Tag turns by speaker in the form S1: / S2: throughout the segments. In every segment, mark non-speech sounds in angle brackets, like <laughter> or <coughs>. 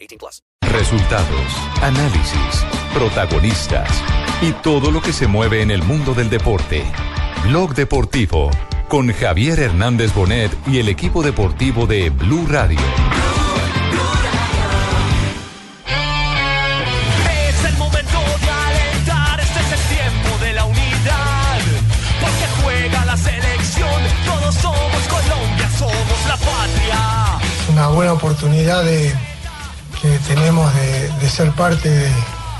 S1: 18 plus.
S2: Resultados, análisis, protagonistas y todo lo que se mueve en el mundo del deporte. Blog Deportivo con Javier Hernández Bonet y el equipo deportivo de Blue Radio.
S3: Es el momento de alentar, este es el tiempo de la unidad. Porque juega la selección, todos somos Colombia, somos la patria.
S4: una buena oportunidad de- que tenemos de, de ser parte de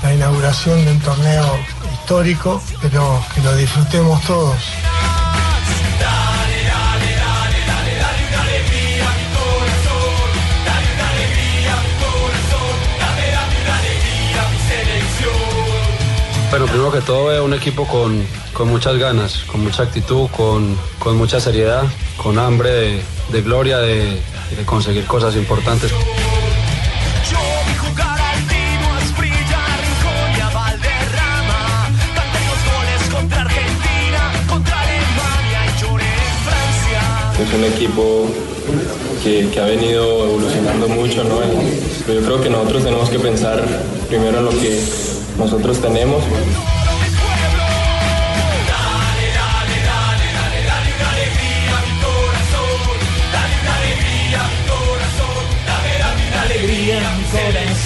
S4: la inauguración de un torneo histórico, que lo, que lo disfrutemos todos.
S5: Pero primero que todo veo un equipo con, con muchas ganas, con mucha actitud, con, con mucha seriedad, con hambre de, de gloria, de, de conseguir cosas importantes.
S3: Yo vi jugar al Tino, a Esprilla, a Rincón y a Valderrama. Canté los goles contra Argentina, contra Alemania y lloré en Francia.
S6: Es un equipo que, que ha venido evolucionando mucho, ¿no? Pero yo creo que nosotros tenemos que pensar primero en lo que nosotros tenemos.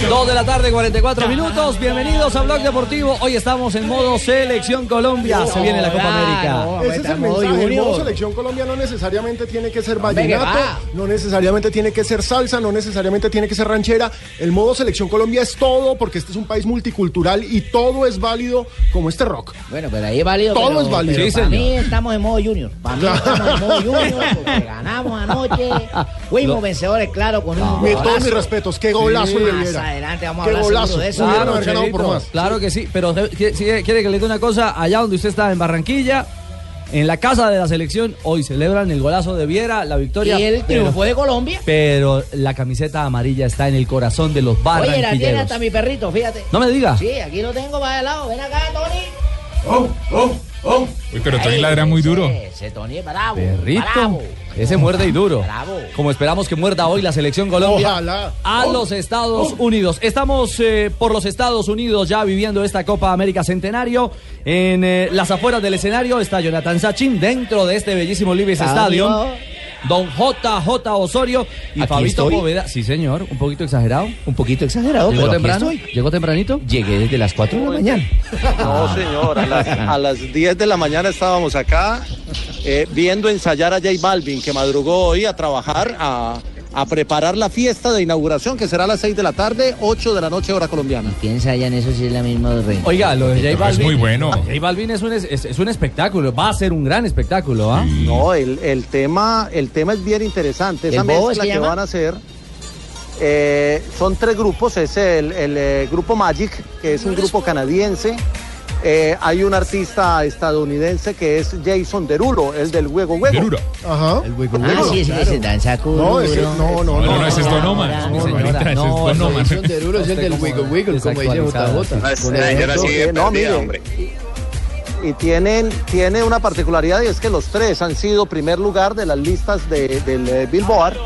S7: Dos de la tarde, 44 minutos. Bienvenidos a Blog Deportivo. Hoy estamos en modo Selección Colombia. Se viene la Copa América.
S8: Ese es el mensaje. El modo selección Colombia no necesariamente tiene que ser vallenato, no necesariamente tiene que ser salsa, no necesariamente tiene que ser ranchera. El modo selección Colombia es todo porque este es un país multicultural y todo es válido como este rock.
S9: Bueno, pero ahí es válido.
S8: Todo
S9: pero-
S8: es válido.
S9: pero
S8: Sí,
S9: para
S8: señor.
S9: mí estamos en modo junior. Para mí estamos
S8: <laughs>
S9: en modo junior porque ganamos anoche. Fuimos vencedores, claro, con un.
S8: Me-
S9: golazo.
S8: todos mis respetos, qué golazo
S9: Sí,
S8: de
S9: más
S8: Viera.
S9: adelante vamos a
S8: Qué
S9: hablar seguro
S8: golazo.
S9: de eso.
S8: Pudieron
S9: Claro,
S8: haber ganado por
S7: Chelito,
S8: más.
S7: Claro que sí, pero ¿sabe- qué- si quiere que le diga una cosa, allá donde usted está, en Barranquilla, en la casa de la selección, hoy celebran el golazo de Viera, la
S9: Y
S7: victoria.
S9: el triunfo
S7: pero,
S9: de Colombia.
S7: pero la camiseta amarilla está en el corazón de los
S9: Oye, la tiene hasta
S7: barranquilleros.
S9: mi perrito, fíjate.
S7: No me diga.
S9: Sí, aquí lo tengo para de lado. Ven acá, Tony. Oh,
S10: Uy, pero Tony
S9: Ahí,
S10: ladra muy
S9: ese-
S10: duro.
S9: Ese Tony es bravo.
S7: Perrito.
S9: bravo.
S7: Ese muerde y duro.
S9: Bravo.
S7: Como esperamos que muerda hoy la selección Colombia
S8: Ojalá.
S9: Oh,
S7: a los Estados Unidos. Estamos eh, por los Estados Unidos ya viviendo esta Copa América Centenario. En eh, las afueras del escenario está Jonathan Sachin dentro de este bellísimo Libes
S9: Cambio.
S7: Stadium. Don JJ Osorio y
S9: Aquí
S7: Fabito
S9: estoy.
S7: Poveda. Sí, señor, un poquito exagerado.
S9: Un poquito exagerado,
S7: ¿Llegó
S9: pero aquí
S7: temprano?
S9: estoy.
S7: ¿Llegó tempranito?
S9: Llegué desde las 4 de la mañana.
S11: No, señor, a las, a las 10 de la mañana estábamos acá eh, viendo ensayar a J Balvin, que madrugó hoy a trabajar, a, a preparar la fiesta de inauguración, que será a las 6 de la tarde, 8 de la noche, hora colombiana.
S9: Piensa ya en eso si es la misma de
S7: Oiga, lo de J
S10: Es
S7: Balvin.
S10: muy bueno.
S7: J Balvin es un, es- es- es un espectáculo. Va a ser un gran espectáculo, ¿ah?
S11: No, el, el tema, el tema es bien interesante. Esa
S9: ¿El bobo es
S11: mezcla
S9: que
S11: que,
S9: llama?
S11: van a hacer eh, son tres grupos. Es el, el, eh, grupo Magic, que es un grupo canadiense. Eh, hay un artista estadounidense que es Jason Derulo, el del Huego Huego.
S10: Duro.
S8: Ajá.
S9: Ah, sí, ese, ese danza culo.
S8: No, ese- no, no, no.
S10: No, no, ese es
S9: no,
S10: Donoman.
S9: no,
S10: No,
S7: no,
S10: señorita, ese es
S7: no,
S10: Donoman.
S7: Duro es el del Wiggle Wiggle, como dice
S11: Eh, no, mire, Y tienen, tiene una particularidad y es que los tres han sido primer lugar de las listas de- del eh, Billboard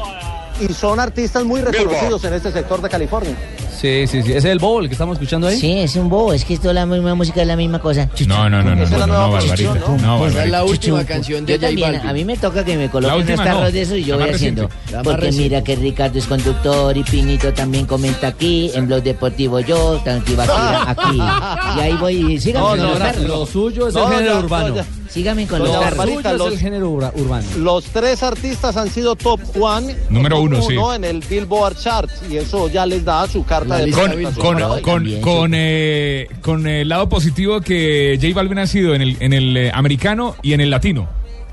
S11: y son artistas muy reconocidos en este sector de California.
S7: Sí, sí, sí. ¿Ese es el bowl que estamos escuchando ahí?
S9: Sí, es un bobo, es que esto es la misma música, es la misma cosa.
S10: No, no, no, no,
S11: Esa es
S10: no,
S11: la
S10: no,
S11: nueva
S10: barbarita.
S11: posición, ¿no?
S10: No, barbarita.
S9: última canción de A mí me toca que me
S10: La
S9: coloquen
S10: última
S9: unas tarros
S10: no,
S9: de eso y
S10: la
S9: yo voy
S10: más
S9: haciendo.
S10: reciente.
S9: Porque mira que Ricardo es conductor y Pinito también comenta aquí, en Blog Deportivo yo, Tranquibaquira aquí. <laughs> Y ahí voy, y síganme
S11: No,
S9: con
S11: no,
S9: los
S11: no,
S9: tarros.
S7: Lo suyo es
S11: No,
S7: el género
S11: no, no,
S7: urbano.
S11: ya.
S9: Síganme con
S11: No,
S9: los
S7: Lo
S9: tarros.
S11: barbarita,
S7: suyo es el
S11: los-
S7: género ura- urbano.
S11: Los tres artistas han sido top one,
S10: Número
S11: top
S10: uno, sí.
S11: en el Billboard Chart y eso ya les da su carta de
S10: Con,
S11: presentación
S10: con,
S11: para hoy.
S10: con, con, eh, con el lado positivo que J Balvin ha sido en el, en el eh, americano y en el latino.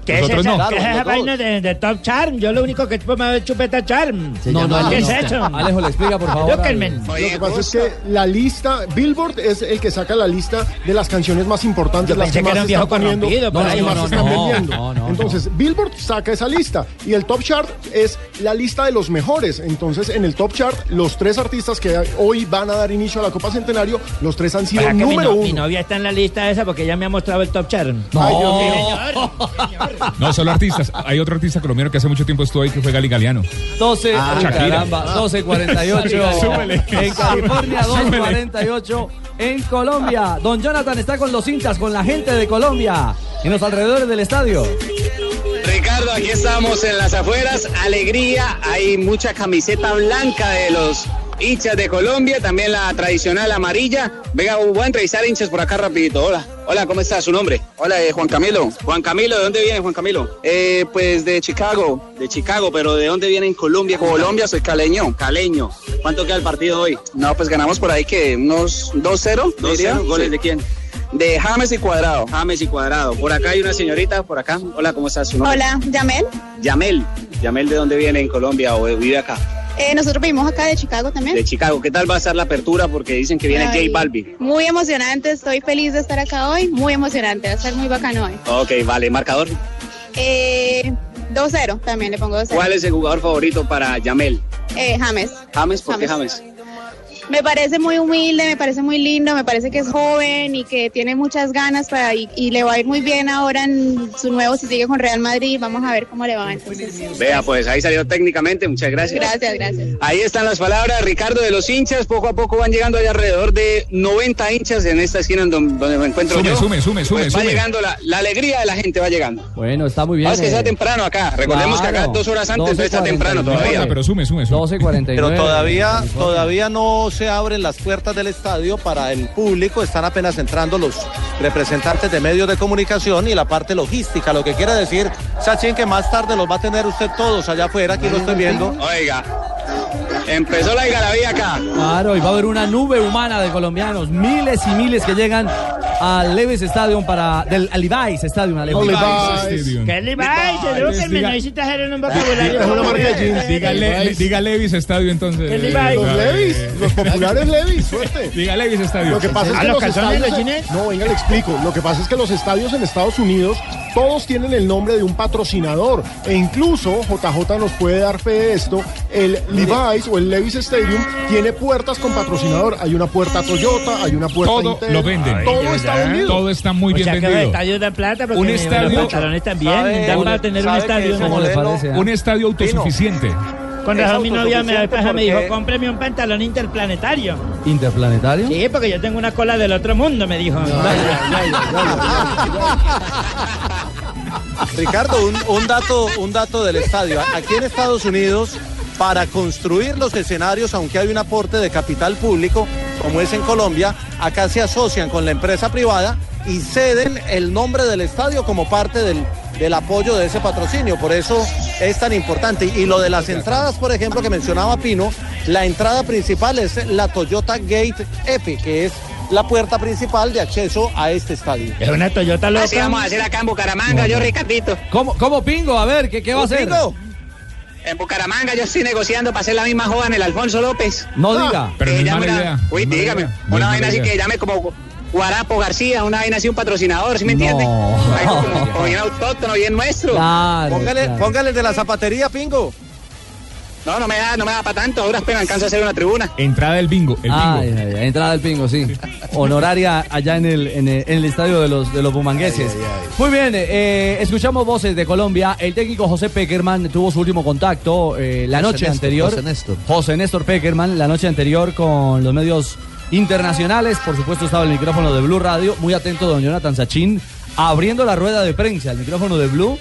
S10: ¿Qué es
S12: Nosotros
S10: esa,
S12: no.
S10: ¿qué es
S12: Claro,
S10: esa
S12: nosotros.
S10: vaina de, de Top Charm? Yo lo único que chupo me es chupeta Charm.
S8: Se llama
S10: ¿Qué es
S8: lista. <laughs>
S10: eso?
S8: Alejo, le explica, por favor,
S10: Edúquenme.
S8: Lo que pasa es que la lista, Billboard es el que saca la lista de las canciones más importantes,
S10: Yo
S8: las
S10: pensé
S8: que
S10: que
S8: más
S10: era
S8: se
S10: un
S8: están
S10: viejo
S8: poniendo,
S10: corrompido, por
S8: las
S10: ahí.
S8: que más
S10: No,
S8: se
S10: no,
S8: están
S10: no,
S8: vendiendo.
S10: no, no,
S8: Entonces, Billboard saca esa lista y el Top Chart es la lista de los mejores. Entonces, en el Top Chart, los tres artistas que hoy van a dar inicio a la Copa Centenario, los tres han sido
S10: Para que mi,
S8: número
S10: no- mi
S8: uno.
S10: novia está en la lista esa porque ella me ha mostrado el Top Charm.
S8: Ay, Dios mío.
S12: No, solo artistas. Hay otro artista colombiano que hace mucho tiempo estuvo ahí que fue Gali Galeano.
S7: 12,
S12: Ah,
S7: uy,
S12: Shakira.
S7: caramba,
S12: <laughs>
S7: 12.48.
S12: Súbele.
S7: En California,
S12: Súbele.
S7: 2.48. En Colombia, Don Jonathan está con los hinchas, con la gente de Colombia, en los alrededores del estadio.
S13: Ricardo, aquí estamos en las afueras, alegría, hay mucha camiseta blanca de los hinchas de Colombia, también la tradicional amarilla. Venga, voy a entrevistar hinchas por acá rapidito, hola. Hola, ¿cómo está su nombre? Hola, eh, Juan Camilo. Juan Camilo, ¿de dónde viene Juan Camilo? pues de Chicago. De Chicago, pero ¿de dónde viene en Colombia? Colombia, soy caleño. Caleño. ¿Cuánto queda el partido hoy? No, pues ganamos por ahí que unos 2-0. 2-0, goles de quién? De James y Cuadrado. James y Cuadrado. Por acá hay una señorita, por acá. Hola, ¿cómo está su nombre?
S14: Hola, Yamel.
S13: Yamel. Yamel, ¿de dónde viene en Colombia o vive acá?
S14: Eh, nosotros vivimos acá de Chicago también.
S13: De Chicago. ¿Qué tal va a estar la apertura? Porque dicen que viene
S14: ¿Eh? Ay.
S13: J Balvin.
S14: Muy emocionante, estoy feliz de estar acá hoy. Muy emocionante, va a estar muy bacano hoy.
S13: Ok, vale. ¿Marcador?
S14: Eh, 2-0, también le pongo 2-0.
S13: ¿Cuál es el jugador favorito para Yamel?
S14: Eh, James.
S13: James, ¿por qué James?
S14: Me parece muy humilde, me parece muy lindo, me parece que es joven y que tiene muchas ganas para y, y le va a ir muy bien ahora en su nuevo si sigue con Real Madrid. Vamos a ver cómo le va entonces.
S13: Vea, pues ahí salió técnicamente. Muchas gracias.
S14: Gracias, gracias.
S13: Ahí están las palabras, Ricardo, de los hinchas. Poco a poco van llegando hay alrededor de 90 hinchas en esta esquina en don- donde me encuentro
S12: Sume,
S13: yo.
S12: sume, sume, sume,
S13: Pues Va
S12: sume.
S13: llegando la, la alegría de la gente, va llegando.
S7: Bueno, está muy bien. eh.
S13: Más Ah, que sea temprano acá. Recordemos que acá dos horas antes, entonces está temprano todavía.
S12: Pero sume, sume, sume.
S7: 12.49.
S11: Pero todavía, todavía no se abren las puertas del estadio para el público. Están apenas entrando los representantes de medios de comunicación y la parte logística. Lo que quiere decir, Sachin, que más tarde los va a tener usted todos allá afuera. Aquí lo estoy viendo.
S13: Oiga, empezó la algarabía acá.
S7: Claro, y va a haber una nube humana de colombianos, miles y miles que llegan al Leves Stadium para del al Levi's Stadium, al Levi's.
S10: ¿Qué le va? Se debo que me
S12: diga-
S10: necesita hacer un vocabulario.
S12: Dígale, diga Levis Estadio entonces.
S10: ¿Qué
S12: eh,
S10: Levi's?
S8: Los Levis,
S10: <laughs>
S8: los populares Levis, suerte.
S12: Diga Levis Estadio.
S8: Lo que pasa es que los estadios en- No, venga, le explico. Lo que pasa es que los estadios en Estados Unidos todos tienen el nombre de un patrocinador. E incluso, JJ nos puede dar fe de esto, el Levi's o el Levi's Stadium tiene puertas con patrocinador. Hay una puerta Toyota, hay una puerta
S12: Todo
S8: Intel,
S12: lo venden.
S8: Todo está vendido.
S12: Todo está muy
S10: o
S12: bien
S10: sea, que los
S12: vendido.
S10: estadios dan plata porque
S12: Un
S10: me-
S12: estadio-
S10: los pantalones también. Dan para tener un estadio. ¿no?
S8: ah?
S12: Un estadio autosuficiente.
S10: Con razón mi novia me, después me dijo,
S12: ¿cómo?
S10: cómprame un pantalón interplanetario.
S7: Interplanetario.
S10: Sí, porque yo tengo una cola del otro mundo, me dijo.
S11: Ricardo, un, un dato, un dato del estadio. Aquí en Estados Unidos, para construir los escenarios, aunque hay un aporte de capital público, como es en Colombia, acá se asocian con la empresa privada y ceden el nombre del estadio como parte del, del apoyo de ese patrocinio. Por eso es tan importante. Y lo de las entradas, por ejemplo, que mencionaba Pino, la entrada principal es la Toyota Gate F, que es la puerta principal de acceso a este estadio.
S10: Es una Toyota
S13: Así vamos a hacer acá en Bucaramanga, yo Ricardito.
S7: ¿Cómo, cómo pingo? A ver, ¿qué, qué va a hacer?
S13: Pingo, En Bucaramanga yo estoy negociando para hacer la misma joda en el Alfonso López.
S7: No
S13: Ah,
S7: diga.
S12: Pero no
S13: que
S12: es
S13: llame
S12: mala
S13: una-
S12: idea, no
S13: Uy,
S12: es mala
S13: dígame,
S12: idea, no es
S13: una
S12: mala
S13: vaina así
S12: idea.
S13: que llame como Guarapo García, una vaina así un patrocinador, ¿sí me entiende? Algo como- o bien autóctono, bien nuestro.
S11: póngale, póngale el de la zapatería, Pingo.
S13: No, no me da, no me da para tanto, ahora espera, alcanza a hacer una tribuna.
S12: Entrada del bingo. El
S7: Ah,
S12: bingo.
S7: ya, ya, entrada del pingo, sí. Honoraria allá en el, en el, en el estadio de los, de los bumangueses. Muy bien, eh, escuchamos voces de Colombia. El técnico José Peckerman tuvo su último contacto eh, la
S15: José
S7: noche
S15: Néstor,
S7: anterior.
S15: José Néstor.
S7: José Néstor Peckerman, la noche anterior con los medios internacionales. Por supuesto, estaba el micrófono de Blue Radio. Muy atento, don Jonathan Sachin, abriendo la rueda de prensa, el micrófono de Blue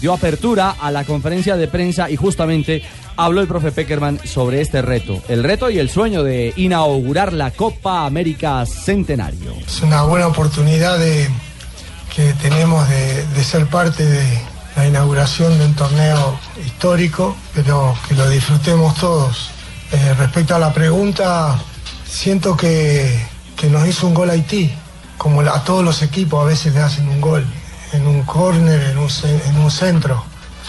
S7: dio apertura a la conferencia de prensa y justamente habló el profe Peckerman sobre este reto, el reto y el sueño de inaugurar la Copa América Centenario.
S4: Es una buena oportunidad de- que tenemos de, de ser parte de la inauguración de un torneo histórico, pero que lo disfrutemos todos. Eh, respecto a la pregunta, siento que, que nos hizo un gol Haití, como la- a todos los equipos a veces le hacen un gol. en un córner, en un, ce- en un centro.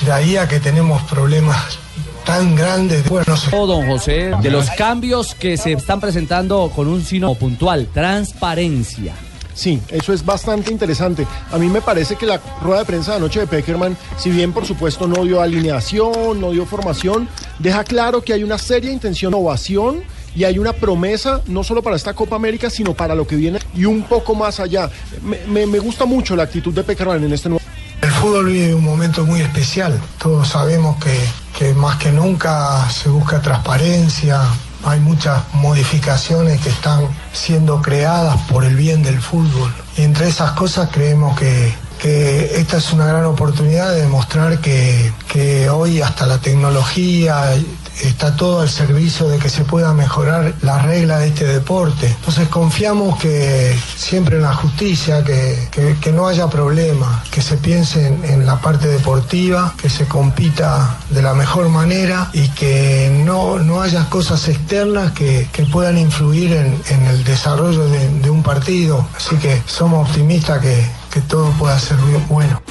S4: De ahí a que tenemos problemas tan grandes. Bueno,
S7: Oh, don José, de los cambios que se están presentando con un sino puntual, transparencia.
S8: Sí, eso es bastante interesante. A mí me parece que la rueda de prensa de anoche de Peckerman, si bien por supuesto no dio alineación, no dio formación, deja claro que hay una seria intención de innovación y hay una promesa no solo para esta Copa América, sino para lo que viene y un poco más allá. Me, me- me gusta mucho la actitud de Peckerman en este nuevo...
S4: El fútbol vive un momento muy especial. Todos sabemos que, que más que nunca se busca transparencia. Hay muchas modificaciones que están siendo creadas por el bien del fútbol. Y entre esas cosas creemos que, que esta es una gran oportunidad de demostrar que, que hoy hasta la tecnología está todo al servicio de que se pueda mejorar las reglas de este deporte. Entonces confiamos que siempre en la justicia, que, que- que no haya problema, que se piense en, en la parte deportiva, que se compita de la mejor manera y que no, no haya cosas externas que, que puedan influir en, en el desarrollo de, de un partido. Así que somos optimistas que, que todo pueda ser bien bueno.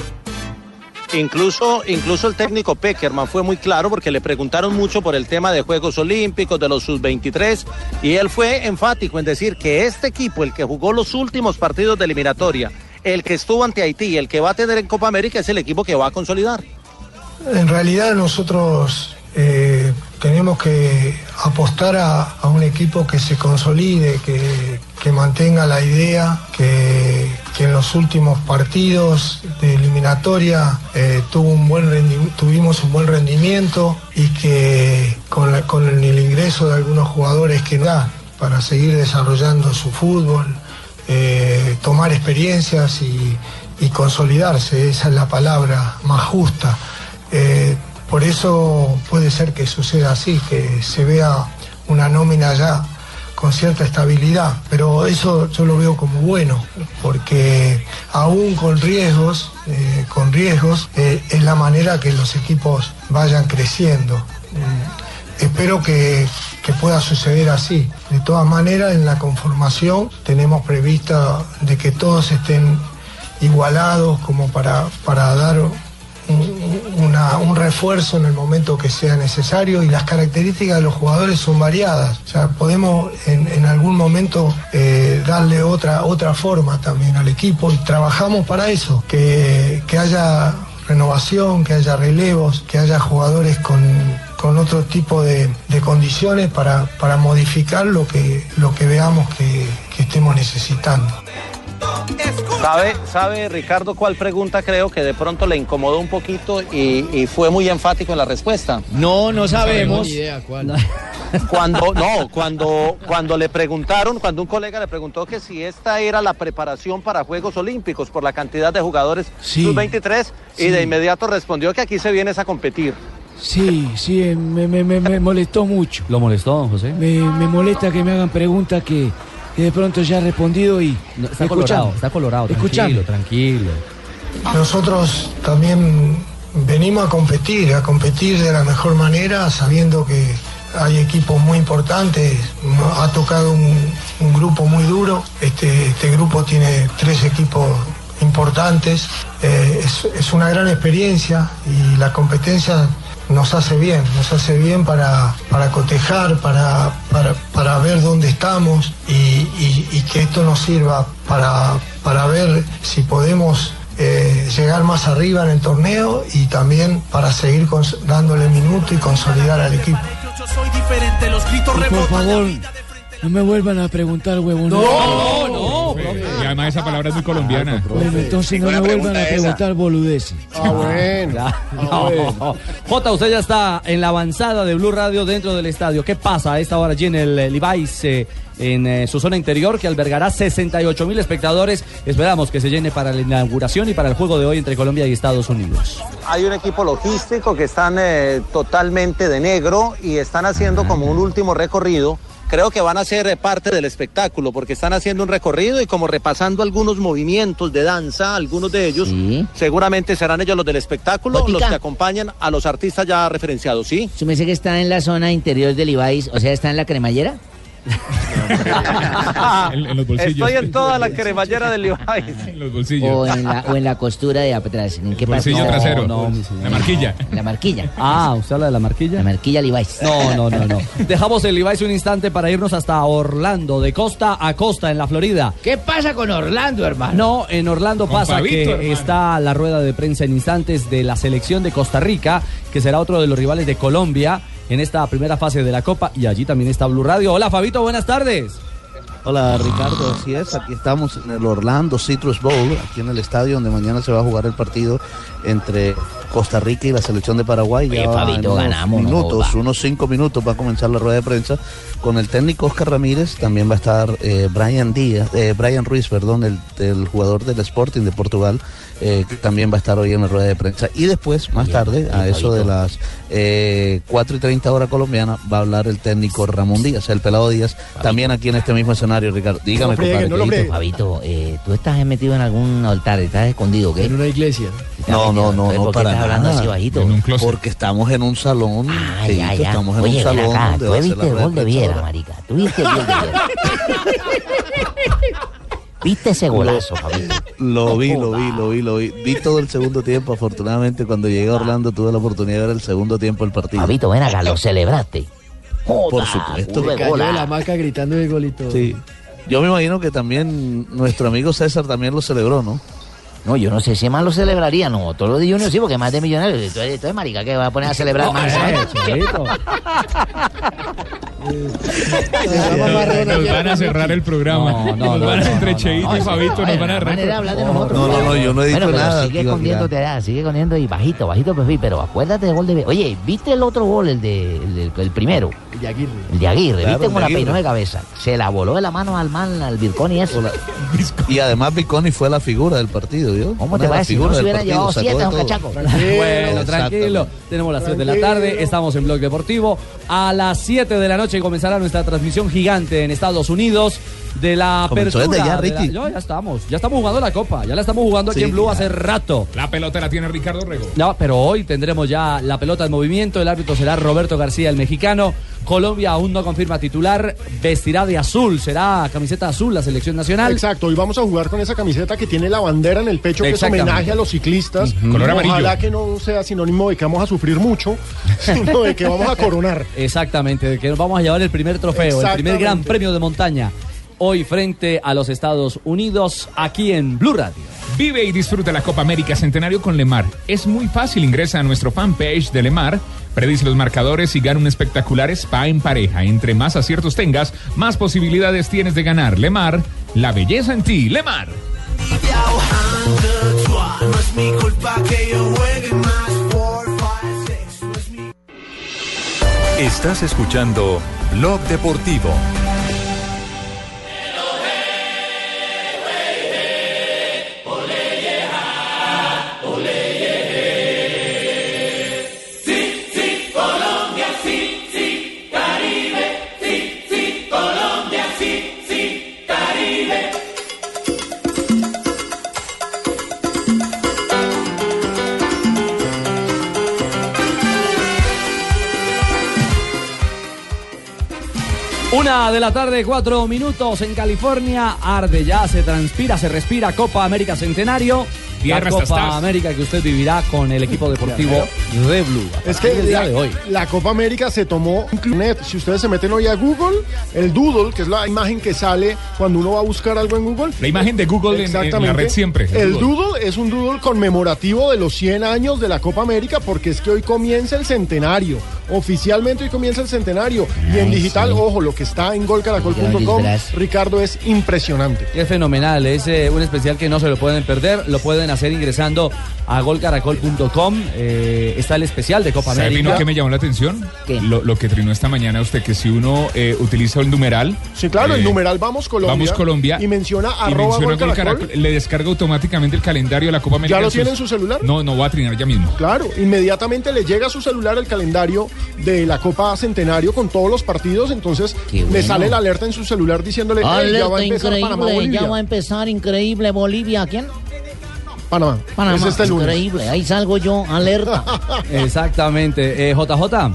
S11: Incluso, incluso el técnico Peckerman fue muy claro porque le preguntaron mucho por el tema de Juegos Olímpicos, de los sub-23, y él fue enfático en decir que este equipo, el que jugó los últimos partidos de eliminatoria, el que estuvo ante Haití, el que va a tener en Copa América, es el equipo que va a consolidar.
S4: En realidad nosotros eh, tenemos que apostar a, a un equipo que se consolide, que, que mantenga la idea, que, que en los últimos partidos de eliminatoria eh, tuvo un buen rendi- tuvimos un buen rendimiento y que con, la- con el ingreso de algunos jugadores que da para seguir desarrollando su fútbol, eh, tomar experiencias y, y consolidarse, esa es la palabra más justa. Eh, por eso puede ser que suceda así, que se vea una nómina ya con cierta estabilidad, pero eso yo lo veo como bueno, porque aún con riesgos, eh, con riesgos, eh, es la manera que los equipos vayan creciendo. Mm, Espero que, que pueda suceder así. De todas maneras, en la conformación tenemos prevista de que todos estén igualados como para, para dar un- una- un refuerzo en el momento que sea necesario y las características de los jugadores son variadas. O sea, podemos en, en algún momento eh, darle otra, otra forma también al equipo y trabajamos para eso, que, que haya renovación, que haya relevos, que haya jugadores con, con otro tipo de, de condiciones para, para modificar lo que, lo que veamos que- que estemos necesitando.
S11: ¿Sabe, ¿Sabe, Ricardo, cuál pregunta creo que de pronto le incomodó un poquito y, y fue muy enfático en la respuesta?
S10: No, no sabemos.
S11: Cuando, no, cuando, cuando le preguntaron, cuando un colega le preguntó que si esta era la preparación para Juegos Olímpicos por la cantidad de jugadores sub-23 y
S15: sí.
S11: de inmediato respondió que aquí se vienes a competir.
S15: Sí, sí, eh, me, me- me- me molestó mucho.
S7: ¿Lo molestó, don José?
S15: Me, me molesta que me hagan preguntas que, que de pronto ya he respondido y...
S7: está
S15: escuchame,
S7: colorado, está colorado,
S15: escuchame.
S7: tranquilo, tranquilo.
S4: Nosotros también venimos a competir, a competir de la mejor manera, sabiendo que hay equipos muy importantes, no- ha tocado un, un grupo muy duro, este, este grupo tiene tres equipos importantes, Eh, es, es una gran experiencia y la competencia nos hace bien, nos hace bien para, para cotejar, para, para, para ver dónde estamos y, y- y que esto nos sirva para, para ver si podemos eh, llegar más arriba en el torneo y también para seguir cons- dándole minuto y consolidar al equipo.
S3: Soy diferente, los gritos
S15: Por
S3: rebotan.
S15: favor, no me vuelvan a preguntar, huevón.
S12: no, Y además esa palabra es muy colombiana.
S9: Ah,
S12: Eh,
S15: Bueno, entonces no me vuelvan a preguntar boludeces.
S8: Ah, bueno. Ah,
S7: No. Jota, usted ya está en la avanzada de Blue Radio dentro del estadio. ¿Qué pasa a esta hora allí en el eh, Levi's, eh, en eh, su zona interior, que albergará 68 mil espectadores? Esperamos que se llene para la inauguración y para el juego de hoy entre Colombia y Estados Unidos.
S11: Hay un equipo logístico que están eh, totalmente de negro y están haciendo como un último recorrido. Creo que van a ser eh, parte del espectáculo porque están haciendo un recorrido y como repasando algunos movimientos de danza, algunos de ellos seguramente serán ellos los del espectáculo, los
S9: Botica.
S11: que acompañan a los artistas ya referenciados, ¿sí?
S9: ¿Su merced que está en la zona interior del Ibáis, o sea, está en la cremallera?
S12: <laughs> en, en los bolsillos.
S11: Estoy en toda
S12: <laughs>
S11: la cremallera del Levi's.
S12: en los bolsillos.
S9: O en, la, o en la costura de atrás. ¿En qué parte?
S12: bolsillo
S9: No,
S12: trasero.
S9: no, mi
S12: la marquilla.
S9: La <laughs> marquilla.
S7: Ah, ¿usted habla de la marquilla? La
S9: marquilla Levi's.
S7: No,
S9: <laughs>
S7: no, no, no. Dejamos el Levi's un instante para irnos hasta Orlando, de costa a costa en la Florida.
S10: ¿Qué pasa con Orlando, hermano?
S7: No, en Orlando
S10: Con
S7: pasa
S10: Fabito,
S7: que
S10: hermano.
S7: está la rueda de prensa en instantes de la selección de Costa Rica, que será otro de los rivales de Colombia en esta primera fase de la Copa. Y allí también está Blue Radio. Hola, Fabito, buenas tardes.
S16: Hola Ricardo, así es, aquí estamos en el Orlando Citrus Bowl, aquí en el estadio donde mañana se va a jugar el partido entre Costa Rica y la selección de Paraguay.
S9: Oye,
S16: Ya va
S9: Fabito,
S16: en unos
S9: ganamos, no
S16: minutos,
S9: joda.
S16: unos cinco minutos va a comenzar la rueda de prensa con el técnico Oscar Ramírez, también va a estar eh, Brian Díaz, eh, Brian Ruiz, perdón, el, el jugador del Sporting de Portugal, eh, que también va a estar hoy en la rueda de prensa. Y después, más tarde, a eso de las eh, 4 y 30 horas colombiana, va a hablar el técnico Ramón Díaz, el pelado Díaz, también aquí en este mismo escenario, Ricardo. Dígame, compadre, ¿qué dice?
S9: Fabito, eh, tú estás metido en algún altar, estás escondido, ¿qué? En una iglesia.
S16: No, no, no,
S9: Entonces,
S16: no,
S9: ¿por qué
S16: para
S9: estás hablando
S16: nada.
S9: así bajito?
S16: Porque estamos en un salón.
S9: Ay, ay,
S16: Dieguito,
S9: ay.
S16: Estamos en
S9: Oye,
S16: un
S9: ven
S16: salón.
S9: acá,
S16: donde
S9: tú
S16: va a ser
S9: viste
S16: la
S9: el
S16: rueda
S9: gol de
S16: prensa
S9: Viera,
S16: ahora.
S9: marica. Tú viste el gol de Viera. Viste ese golazo, Fabito.
S16: Lo vi, lo vi, lo vi, lo vi. Vi todo el segundo tiempo. Afortunadamente, cuando llegué a Orlando, tuve la oportunidad de ver el segundo tiempo del partido.
S9: Fabito, Ah. ven acá, lo celebraste.
S16: Por supuesto.
S9: Se cayó de la
S16: maca gritando el golito. Ah, Sí. Yo me imagino que también nuestro amigo César también lo celebró, ¿no?
S9: No, yo no sé si más lo celebraría, no. Todo lo de Junior sí, porque más de millonarios. Tú eres, tú eres marica que va a poner a <laughs> celebrar más. ¿sabes?
S12: Nos van a cerrar el programa. Nos van a entre Cheito y Fabito, nos van a
S9: Manera de
S12: cerrar.
S9: hablar de nosotros.
S16: no, no, yo no he dicho
S9: Bueno, pero
S16: nada,
S9: Sigue
S16: digo,
S9: escondiéndote allá, sigue escondiendo y bajito, bajito perfil. Pero acuérdate del gol de. Oye, ¿viste el otro gol, el, de, el, del- el primero?
S10: El de Aguirre.
S9: El de Aguirre,
S16: Claro,
S9: ¿viste
S16: el
S9: cómo
S16: de
S9: la
S16: Aguirre.
S9: peinó de cabeza? Se la voló de la mano al man, al Vircón y eso.
S16: Y además, Biconi fue la figura del partido, ¿yo?
S9: ¿Cómo te va a decir? No se hubiera llevado siete, don cachaco.
S7: <laughs> Bueno, tranquilo. Tenemos las 3 de la tarde, estamos en Blog Deportivo. A las 7 de la noche comenzará nuestra transmisión gigante en Estados Unidos de la
S12: Comenzó
S7: apertura.
S12: desde ya,
S7: de la-
S12: Ricky.
S7: ya, ya estamos, ya estamos jugando la copa, ya la estamos jugando aquí
S12: Sí,
S7: en Blue
S12: ya.
S7: hace rato.
S12: La pelota la tiene Ricardo Rego.
S7: No, pero hoy tendremos ya la pelota en movimiento. El árbitro será Roberto García, el mexicano. Colombia aún no confirma titular. Vestirá de azul, será camiseta azul la selección nacional.
S8: Exacto, y vamos a jugar con esa camiseta que tiene la bandera en el pecho, que es
S7: Exactamente.
S8: homenaje a los ciclistas.
S7: Ujú. Color amarillo.
S8: Ojalá que no sea sinónimo de que vamos a sufrir mucho, <laughs> sino de que vamos a coronar.
S7: Exactamente, de que nos vamos a llevar el primer trofeo, el primer
S8: Exactamente.
S7: gran premio de montaña. Hoy frente a los Estados Unidos, aquí en Blue Radio.
S12: Vive y disfruta la Copa América Centenario con Lemar. Es muy fácil, ingresa a nuestro fanpage de Lemar, predice los marcadores y gana un espectacular spa en pareja. Entre más aciertos tengas, más posibilidades tienes de ganar. Lemar, la belleza en ti, Lemar.
S3: No es mi culpa que yo juegue más por
S2: Estás escuchando Blog Deportivo.
S3: Sí, sí, Colombia, sí, sí, Caribe, sí, sí, Colombia, sí, sí, Caribe.
S7: Una de la tarde, cuatro minutos en California. Arde ya, se transpira, se respira. Copa América Centenario.
S8: Tierra
S7: la
S8: hasta
S7: Copa
S8: estás.
S7: América que usted vivirá con el equipo deportivo de Blue.
S8: Es que
S7: el día
S8: la,
S7: de hoy.
S8: la Copa América se tomó Clunet. Si ustedes se meten hoy a Google, el Doodle, que es la imagen que sale cuando uno va a buscar algo en Google.
S12: La imagen de Google en- en la red siempre, el
S8: El
S12: Doodle.
S8: Doodle es un Doodle conmemorativo de los 100 años de la Copa América porque es que hoy comienza el centenario. Oficialmente hoy comienza el centenario. y en digital, ojo, lo que está en golcaracol.com, Ricardo, es impresionante.
S7: Es fenomenal, es eh, un especial que no se lo pueden perder, lo pueden hacer ingresando a golcaracol.com, eh, está el especial de Copa
S12: ¿Sabe
S7: América.
S12: Pino, que me llamó la atención? Lo, lo que trinó esta mañana usted, que si uno eh, utiliza el numeral...
S8: Sí, claro,
S12: eh,
S8: el numeral Vamos Colombia.
S12: Vamos Colombia.
S8: Y menciona
S12: y
S8: arroba
S12: menciona
S8: Gol
S12: Gol
S8: Caracol.
S12: Caracol, le descarga automáticamente el calendario de la Copa América.
S8: lo tiene en su celular?
S12: No, no va a trinar ya mismo.
S8: Claro, inmediatamente le llega a su celular el calendario de la Copa Centenario con todos los partidos, entonces le
S9: bueno.
S8: sale la alerta en su celular diciéndole "Ey, ya va a
S9: Alerta
S8: empezar Panamá
S9: increíble,
S8: Bolivia.
S9: ya va a empezar increíble Bolivia. ¿Quién?
S8: Panamá.
S9: Panamá.
S7: Es este lunes.
S17: <laughs>
S9: increíble, ahí salgo yo, alerta.
S7: Exactamente. Eh, JJ,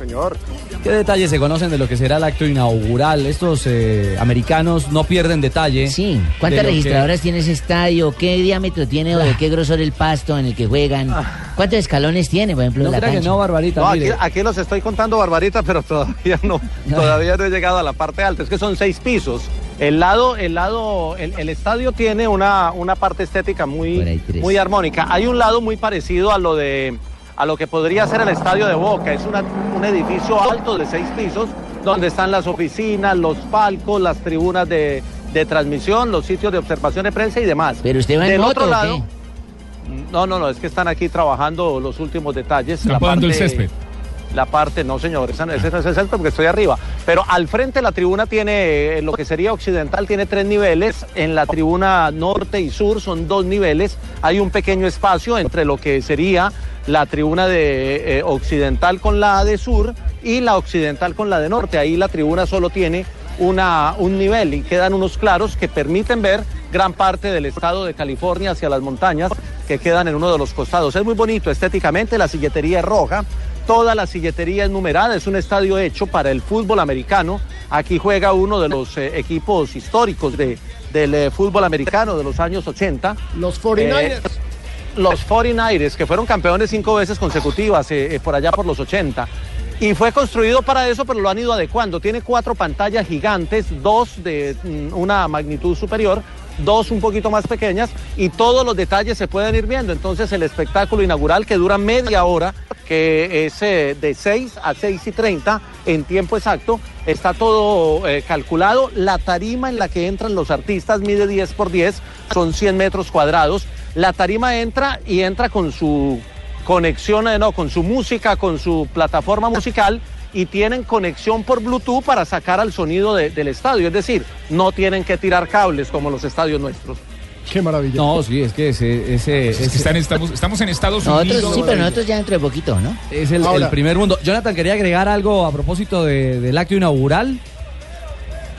S18: señor.
S7: ¿Qué detalles se conocen de lo que será el acto inaugural? Estos eh, americanos no pierden detalle. Sí,
S9: ¿Cuántas registradoras tiene ese estadio? ¿Qué diámetro tiene o de qué grosor el pasto en el que juegan?
S11: Ah.
S9: ¿Cuántos escalones tiene, por ejemplo, la cancha?
S11: No, aquí, aquí los estoy contando, Barbarita, pero todavía
S9: <laughs>
S11: no, todavía no he llegado a la parte alta. Es que son seis pisos. El lado, el lado, el, el estadio tiene una, una parte estética muy, muy armónica. Hay un lado muy parecido a lo de a lo que podría ser el estadio de Boca. Es una- un edificio alto de seis pisos donde están las oficinas, los palcos, las tribunas de, de transmisión, los sitios de observación de prensa y demás.
S9: Pero usted va en
S11: Del
S9: moto,
S11: otro
S9: ¿o qué?
S11: lado, no, no, no, es que están aquí trabajando los últimos detalles.
S12: Están
S11: La
S12: podando el
S11: parte-
S12: césped.
S11: La parte, no señor, esa no- ese no es el césped porque estoy arriba. Pero al frente la tribuna tiene, eh, lo que sería occidental, tiene tres niveles. En la tribuna norte y sur son dos niveles. Hay un pequeño espacio entre lo que sería la tribuna de eh, occidental con la de sur y la occidental con la de norte. Ahí la tribuna solo tiene una, un nivel y quedan unos claros que permiten ver gran parte del estado de California hacia las montañas que quedan en uno de los costados. Es muy bonito estéticamente, la silletería es roja, toda la silletería es numerada, es un estadio hecho para el fútbol americano. Aquí juega uno de los eh, equipos históricos de, del eh, fútbol americano de los años Eh, 80.
S8: Los 49ers.
S11: los 49ers, que fueron campeones cinco veces consecutivas eh, eh, por allá por los 80. Y fue construido para eso, pero lo han ido adecuando. Tiene cuatro pantallas gigantes, dos de mm, una magnitud superior, dos un poquito más pequeñas, y todos los detalles se pueden ir viendo. Entonces el espectáculo inaugural que dura media hora, que es eh, de 6 a 6 y 30 en tiempo exacto, está todo eh, calculado. La tarima en la que entran los artistas mide 10 por 10, son 100 metros cuadrados. La tarima entra y entra con su conexión, eh, no, con su música, con su plataforma musical y tienen conexión por Bluetooth para sacar al sonido de- del estadio. Es decir, no tienen que tirar cables como los estadios nuestros.
S8: Qué maravilla.
S7: No, sí, es que ese. ese,
S12: Es que
S7: ese-
S12: están-
S8: <laughs>
S12: estamos, estamos en Estados Unidos.
S9: Nosotros sí, pero nosotros ya dentro de poquito, ¿no?
S7: Es el, el
S9: Ahora.
S7: primer mundo. Jonathan, quería agregar algo a propósito de- del acto inaugural.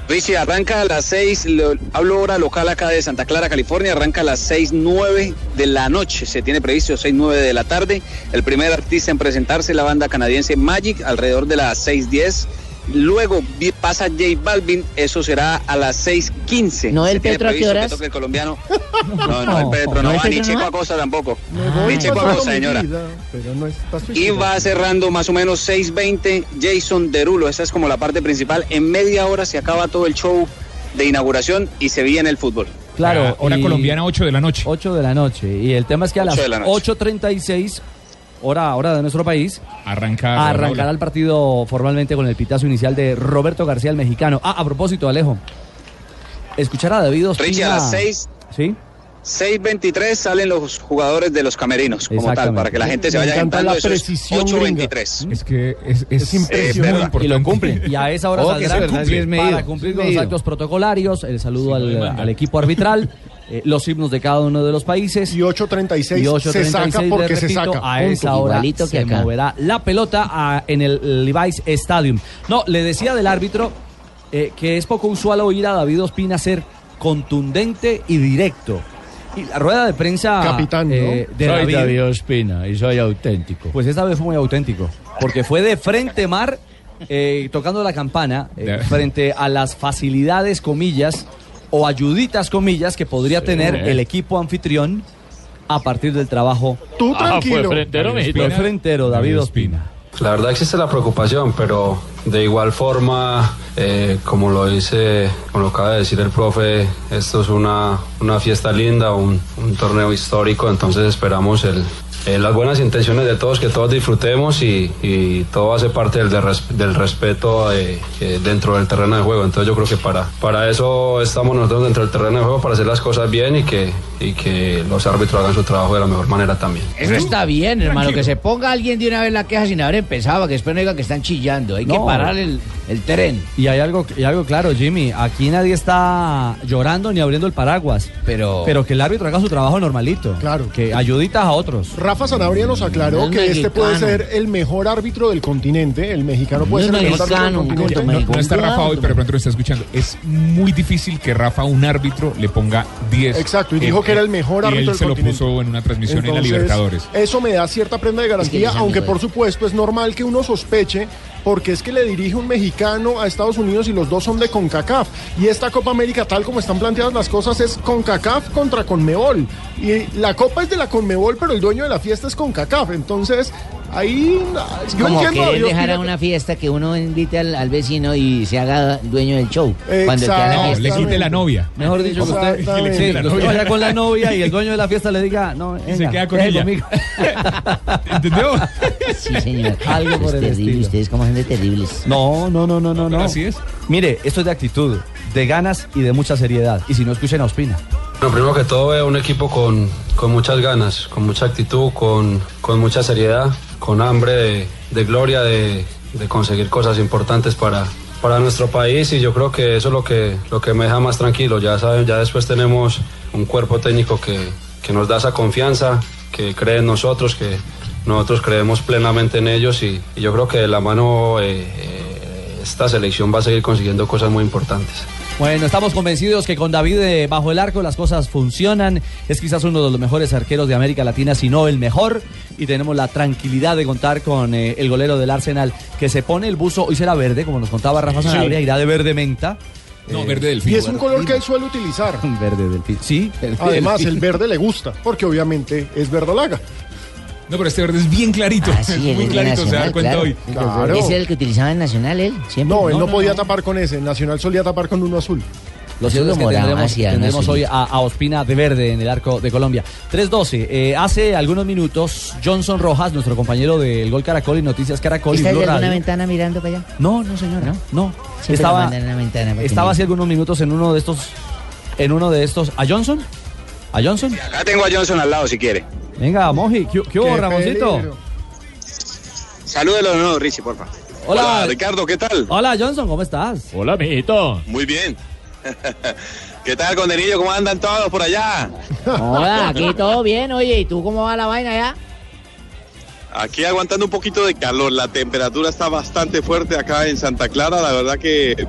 S13: Richie, arranca a las 6, lo- hablo hora local acá de Santa Clara, California, arranca a las 6.09 de la noche, se tiene previsto 6.09 de la tarde. El primer artista en presentarse, la banda canadiense Magic, alrededor de las 6.10. Luego vi- pasa J Balvin, eso será a las 6.15.
S9: ¿No el
S13: Se tiene
S9: Petro a qué
S13: previsto que
S9: horas?
S13: toque el colombiano. No, no, el Petro
S9: ¿No
S13: no,
S9: el
S13: va, ni
S9: Petro no
S13: Checo
S9: va?
S13: Acosta tampoco.
S8: Voy
S13: ni Checo
S8: pasando
S13: Acosta,
S8: mi
S13: señora.
S8: vida, pero no está
S13: Y
S8: suicidado.
S13: va cerrando más o menos 6.20 Jason Derulo. Esa es como la parte principal. En media hora se acaba todo el show de inauguración y se viene el fútbol.
S7: Claro.
S12: hora colombiana,
S7: 8 de la noche. 8 de la noche. Y el tema es que a las
S12: Ocho de la noche.
S7: 8.36, hora, hora de nuestro país,
S12: Arranca.
S7: arrancará el partido formalmente con el pitazo inicial de Roberto García, el mexicano. Ah, a propósito, Alejo. Escuchar a David
S13: Richie,
S7: Ospina.
S13: a las 6,
S7: ¿Sí?
S13: 6.23 salen los jugadores de los camerinos, como tal,
S7: Exactamente.
S13: para que la gente se
S7: Me
S13: vaya
S7: encanta
S13: entrando.
S7: la
S13: Eso es
S7: precisión
S13: 8.23.
S12: Es que es, es,
S13: Es impresionante.
S12: muy importante.
S7: Y lo cumplen. Y a esa hora
S12: Oh, que
S7: saldrán
S12: sí, verdad, sí, es medido.
S7: para cumplir con
S12: Es
S7: los
S12: medido.
S7: actos protocolarios. El saludo al,
S12: demanda.
S7: al equipo arbitral. eh, los himnos de cada uno de los países. Y
S8: 8.36
S7: y
S8: se saca
S7: 8.36,
S8: porque
S7: les
S8: se
S7: repito,
S8: saca.
S7: A
S8: Punto.
S7: esa hora
S8: Igualito que
S7: se
S8: acá.
S7: moverá la pelota a- en el Levi's Stadium. No, le decía del árbitro eh, que es poco usual oír a David Ospina ser contundente y directo. Y la rueda de prensa
S15: Capitán, ¿no?
S7: eh, de
S15: Soy
S7: David,
S15: David Ospina y soy auténtico.
S7: pues esta vez fue muy auténtico, porque fue de frente mar, eh, tocando la campana, eh, frente a las facilidades, comillas, o ayuditas, comillas, que podría
S17: Sí.
S7: tener el equipo anfitrión a partir del trabajo.
S8: Tú
S17: Ah, tranquilo. fue frentero,
S7: David
S17: mijito.
S7: Ospina. Fue frentero, David Ospina.
S5: La verdad existe la preocupación, pero de igual forma, eh, como lo dice, como lo acaba de decir el profe, esto es una, una fiesta linda, un, un torneo histórico, entonces esperamos el, eh, las buenas intenciones de todos, que todos disfrutemos y, y todo hace parte del, de res- del respeto eh, eh, dentro del terreno de juego. Entonces yo creo que para, para eso estamos nosotros dentro del terreno de juego, para hacer las cosas bien y que, y que los árbitros hagan su trabajo de la mejor manera también.
S17: Eso está bien, hermano, que se ponga alguien de una vez la queja sin haber empezado, para que después no digan que están chillando. Hay que
S7: No.
S17: parar el, el tren.
S7: Y hay algo, y algo claro, Jimmy, aquí nadie está llorando ni abriendo el paraguas, pero, pero que el árbitro haga su trabajo normalito. Claro. Que ayuditas a otros.
S8: Rafa Sanabria nos aclaró
S7: El
S8: que este puede
S7: mexicano.
S8: ser el mejor árbitro del continente. El mexicano puede
S12: No,
S8: ser
S12: no,
S8: el mejor árbitro del continente.
S12: no, no está Rafa hoy, pero de pronto lo está escuchando. Es muy difícil que Rafa, un árbitro, le ponga 10.
S8: Exacto, y
S12: Eh,
S8: dijo que era el
S12: eh,
S8: mejor árbitro
S12: Y él
S8: del
S12: se lo
S8: continente.
S12: puso en una transmisión en la
S8: Entonces,
S12: Libertadores.
S8: Eso me da cierta prenda de
S12: Es que
S8: garantía,
S12: eres amigo
S8: aunque
S12: de
S8: por supuesto es normal que uno sospeche porque es que le dirige un mexicano a Estados Unidos y los dos son de CONCACAF. Y esta Copa América, tal como están planteadas las cosas, es CONCACAF contra CONMEBOL. Y la Copa es de la CONMEBOL, pero el dueño de la fiesta es CONCACAF. Entonces, ahí
S9: Es
S8: yo
S9: como
S8: entiendo a
S9: querer
S8: Dios
S9: dejar a
S8: Pineda.
S9: una fiesta que uno invite al, al vecino y se haga dueño del show. Cuando está la
S12: No,
S9: fiesta.
S12: le quite la novia.
S7: Mejor dicho, que usted,
S12: Que le
S7: sí,
S12: quite la
S7: que usted
S12: novia.
S7: vaya
S12: <laughs>
S7: con la novia y el dueño de la fiesta le diga, no,
S12: se
S7: venga,
S12: queda con
S7: deje
S12: ella.
S7: conmigo.
S9: <laughs>
S7: <laughs>
S12: ¿Entendió?
S9: Sí, señor.
S7: Algo por
S9: es
S7: el
S9: terrible.
S7: estilo.
S9: Ustedes como son de terribles.
S7: No, no, no, no, no, no.
S12: así es.
S7: Mire, esto es de actitud, de ganas y de mucha seriedad. Y si no escuchen a Ospina.
S5: Bueno, primero que todo veo un equipo con, con muchas ganas, con mucha actitud, con, con mucha seriedad, con hambre de, de gloria, de, de conseguir cosas importantes para, para nuestro país y yo creo que eso es lo que, lo que me deja más tranquilo. Ya saben, ya después tenemos un cuerpo técnico que, que nos da esa confianza, que cree en nosotros, que nosotros creemos plenamente en ellos y, y yo creo que de la mano eh, eh, esta selección va a seguir consiguiendo cosas muy importantes.
S7: Bueno, estamos convencidos que con David eh, bajo el arco las cosas funcionan. Es quizás uno de los mejores arqueros de América Latina, si no el mejor. Y tenemos la tranquilidad de contar con eh, el golero del Arsenal que se pone el buzo, hoy será verde, como nos contaba Rafa
S8: Sí.
S7: Sanabria, irá de verde menta.
S12: No, verde del
S8: Y es un color que él suele utilizar.
S7: <laughs> Verde delfín. Sí, verde
S8: Además,
S7: delfín.
S8: el verde le gusta, porque obviamente es verdolaga.
S12: No, pero este verde es bien clarito.
S9: Ah, Sí,
S12: es
S9: él
S12: <laughs> muy
S9: es de
S12: clarito, se da
S9: Nacional,
S12: cuenta
S9: claro.
S12: hoy.
S8: Claro.
S9: ¿Es el que utilizaba en Nacional él? Siempre.
S8: No, él no, podía tapar con ese. Nacional solía tapar con uno azul.
S7: Lo
S9: Yo
S7: cierto es
S9: lo
S7: que
S9: moraba
S7: tendremos,
S9: hacia
S7: tendremos
S9: Nacional.
S7: hoy a, a Ospina de verde en el arco de Colombia. 3-12. eh, hace algunos minutos, Johnson Rojas, nuestro compañero del Gol Caracol y Noticias Caracol y
S9: ¿Está
S7: Blue
S9: en alguna
S7: Radio,
S9: ventana mirando para allá?
S7: No, no, señora. No.
S9: Siempre
S7: Estaba-
S9: lo mandan en la ventana para que
S7: Estaba
S9: mire.
S7: hace algunos minutos en uno de estos. En uno de estos. ¿A Johnson? ¿A Johnson?
S13: Acá tengo a Johnson al lado si quiere.
S7: Venga, Moji. ¿Qué, qué hubo,
S13: Qué
S7: Ramoncito?
S13: peligro. Salúdelo de nuevo, Richie, porfa.
S7: Hola.
S13: Ricardo, ¿qué tal?
S7: Hola, Johnson, ¿cómo estás?
S18: Hola, amiguito.
S13: Muy bien.
S19: <laughs>
S13: ¿Qué tal, Condenillo? ¿Cómo andan todos por allá?
S17: Hola, aquí todo bien, oye, ¿y tú cómo va la vaina ya?
S19: Aquí aguantando un poquito de calor, la temperatura está bastante fuerte acá en Santa Clara, la verdad que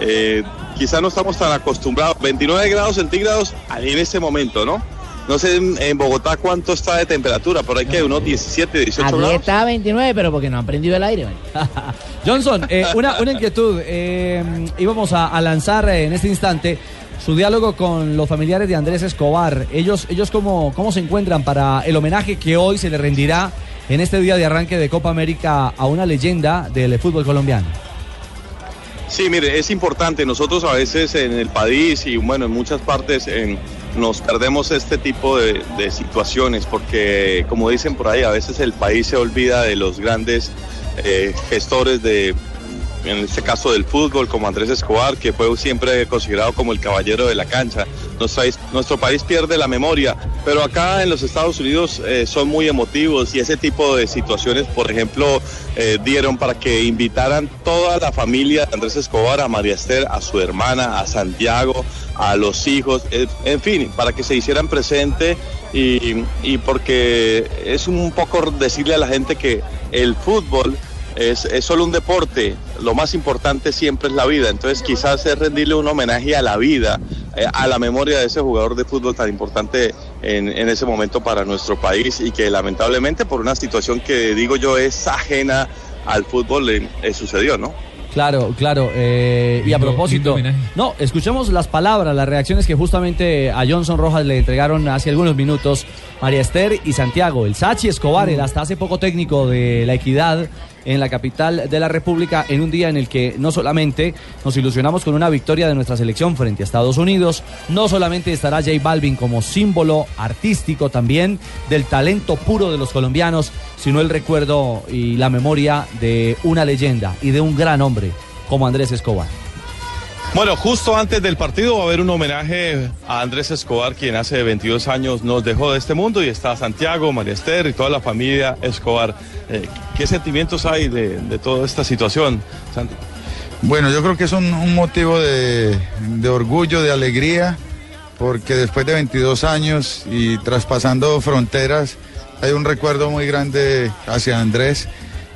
S19: eh, quizá no estamos tan acostumbrados, 29 grados centígrados en este momento, ¿no? No sé en, en Bogotá cuánto está de temperatura, por ahí que unos 17, 18
S17: Aquí
S19: grados.
S17: está 29, pero porque no han prendido el aire.
S7: <laughs> Johnson, eh, una, una inquietud. eh, íbamos a, a lanzar eh, en este instante su diálogo con los familiares de Andrés Escobar. Ellos, ellos cómo, cómo se encuentran para el homenaje que hoy se le rendirá en este día de arranque de Copa América a una leyenda del fútbol colombiano.
S19: Sí, mire, es importante. Nosotros a veces en el país y bueno, en muchas partes en- nos perdemos este tipo de, de situaciones porque, como dicen por ahí, a veces el país se olvida de los grandes eh, gestores de, en este caso del fútbol, como Andrés Escobar, que fue siempre considerado como el caballero de la cancha. Nuestro país, nuestro país pierde la memoria, pero acá en los Estados Unidos eh, son muy emotivos y ese tipo de situaciones, por ejemplo, eh, dieron para que invitaran toda la familia de Andrés Escobar, a María Esther, a su hermana, a Santiago, a los hijos, eh, en fin, para que se hicieran presente y, y porque es un poco decirle a la gente que el fútbol es, es solo un deporte, lo más importante siempre es la vida, entonces quizás es rendirle un homenaje a la vida, eh, a la memoria de ese jugador de fútbol tan importante en, en ese momento para nuestro país y que lamentablemente por una situación que digo yo es ajena al fútbol eh, eh, sucedió, ¿no?
S7: Claro, claro. eh, y a propósito, no, escuchemos las palabras, las reacciones que justamente a Johnson Rojas le entregaron hace algunos minutos María Esther y Santiago, el Sachi Escobar, el hasta hace poco técnico de la equidad en la capital de la República, en un día en el que no solamente nos ilusionamos con una victoria de nuestra selección frente a Estados Unidos, no solamente estará J Balvin como símbolo artístico también del talento puro de los colombianos, sino el recuerdo y la memoria de una leyenda y de un gran hombre como Andrés Escobar.
S19: Bueno, justo antes del partido va a haber un homenaje a Andrés Escobar, quien hace 22 años nos dejó de este mundo, y está Santiago, María Esther y toda la familia Escobar. Eh, ¿Qué sentimientos hay de, de toda esta situación, Santi?
S20: Bueno, yo creo que es un, un motivo de, de orgullo, de alegría, porque después de 22 años y traspasando fronteras, hay un recuerdo muy grande hacia Andrés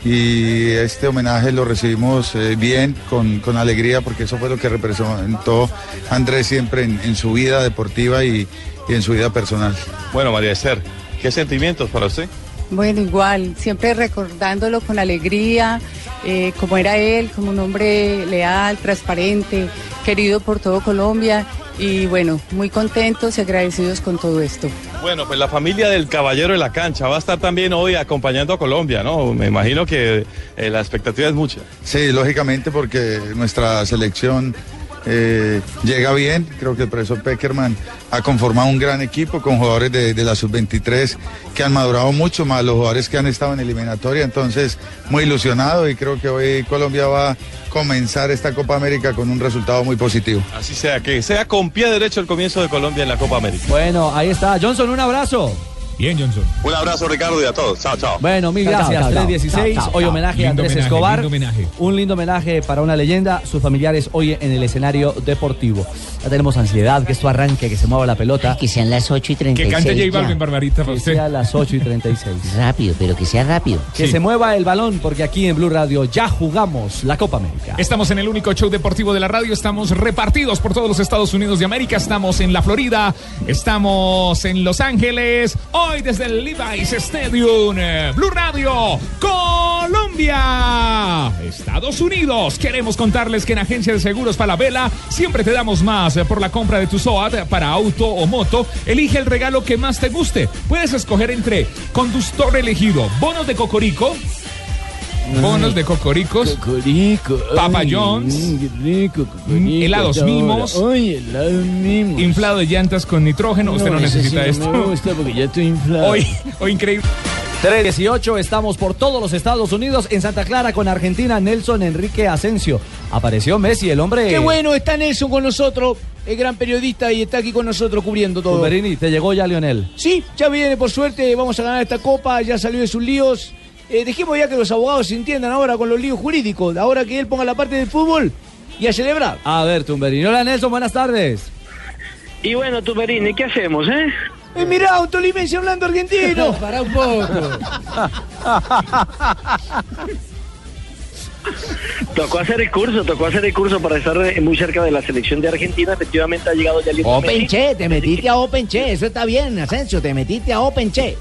S20: y este homenaje lo recibimos eh, bien, con, con alegría, porque eso fue lo que representó Andrés siempre en, en su vida deportiva y- y en su vida personal.
S19: Bueno, María Esther, ¿qué sentimientos para usted?
S18: Bueno, igual, siempre recordándolo con alegría, eh, como era él, como un hombre leal, transparente, querido por todo Colombia y bueno, muy contentos y agradecidos con todo esto.
S19: Bueno, pues la familia del Caballero de la Cancha va a estar también hoy acompañando a Colombia, ¿no? Me imagino que eh, la expectativa es mucha.
S17: Sí, lógicamente porque nuestra selección eh, llega bien, creo que el profesor Peckerman ha conformado un gran equipo con jugadores de, de la sub-23 que han madurado mucho más los jugadores que han estado en eliminatoria, entonces muy ilusionado y creo que hoy Colombia va a comenzar esta Copa América con un resultado muy positivo.
S19: Así sea, que sea con pie derecho el comienzo de Colombia en la Copa América.
S7: Bueno, ahí está. Johnson, un abrazo.
S12: Bien, Johnson.
S21: Un abrazo, Ricardo, y a todos. Chao, chao.
S7: Bueno, mil gracias. 316, hoy homenaje a
S12: Lindo
S7: Andrés
S12: homenaje,
S7: Escobar.
S12: lindo homenaje.
S7: Un lindo homenaje para una leyenda, sus familiares hoy en el escenario deportivo. Ya tenemos ansiedad, que esto arranque, que se mueva la pelota. que sean las 8 y
S12: Que cante J Balvin, Barbarita, para
S7: Que
S12: usted.
S7: sea las 8
S12: <laughs>
S7: y 36. rápido, pero que sea rápido. Que se mueva el balón, porque aquí en Blue Radio ya jugamos la Copa América.
S12: Estamos en el único show deportivo de la radio, estamos repartidos por todos los Estados Unidos de América, estamos en la Florida, estamos en Los Ángeles, hoy desde el Levi's Stadium, eh, Blue Radio, Colombia, Estados Unidos. Queremos contarles que en Agencia de Seguros Falabella siempre te damos más eh, por la compra de tu SOAT eh, para auto o moto. Elige el regalo que más te guste. Puedes escoger entre conductor elegido, bonos de Cocorico, bonos de Cocoricos. Papa John's. mm,
S3: Bonito,
S12: helados
S3: mm, ahora.
S12: mimos.
S3: Ay, helados mimos.
S12: Inflado de llantas con nitrógeno. Usted no
S3: ese
S12: necesita
S3: sí no
S12: esto.
S3: Me gusta porque ya estoy inflado.
S12: Hoy, hoy increíble.
S7: 318, estamos por todos los Estados Unidos, en Santa Clara con Argentina, Nelson Enrique Asensio. Apareció Messi, el hombre.
S9: Qué bueno, está Nelson con nosotros, el gran periodista, y está aquí con nosotros cubriendo todo.
S7: Tumberini, te llegó ya Lionel.
S9: Sí, ya viene, por suerte, vamos a ganar esta copa, ya salió de sus líos. Eh, dejemos ya que los abogados se entiendan ahora con los líos jurídicos, ahora que él ponga la parte del fútbol y a celebrar.
S7: A ver, Tumberini. Hola Nelson, buenas tardes.
S22: Y bueno, Tuperini, ¿qué hacemos, eh?
S9: Eh, mirá, un tolimense
S22: <laughs>
S9: hablando argentino. Pará un poco.
S22: Tocó hacer el curso, tocó hacer el curso para estar eh, muy cerca de la selección de Argentina. Efectivamente ha llegado ya Lionel
S9: Open
S22: Messi.
S9: Che, te metiste a Open Che, eso está bien, Asensio, te metiste a Open Che.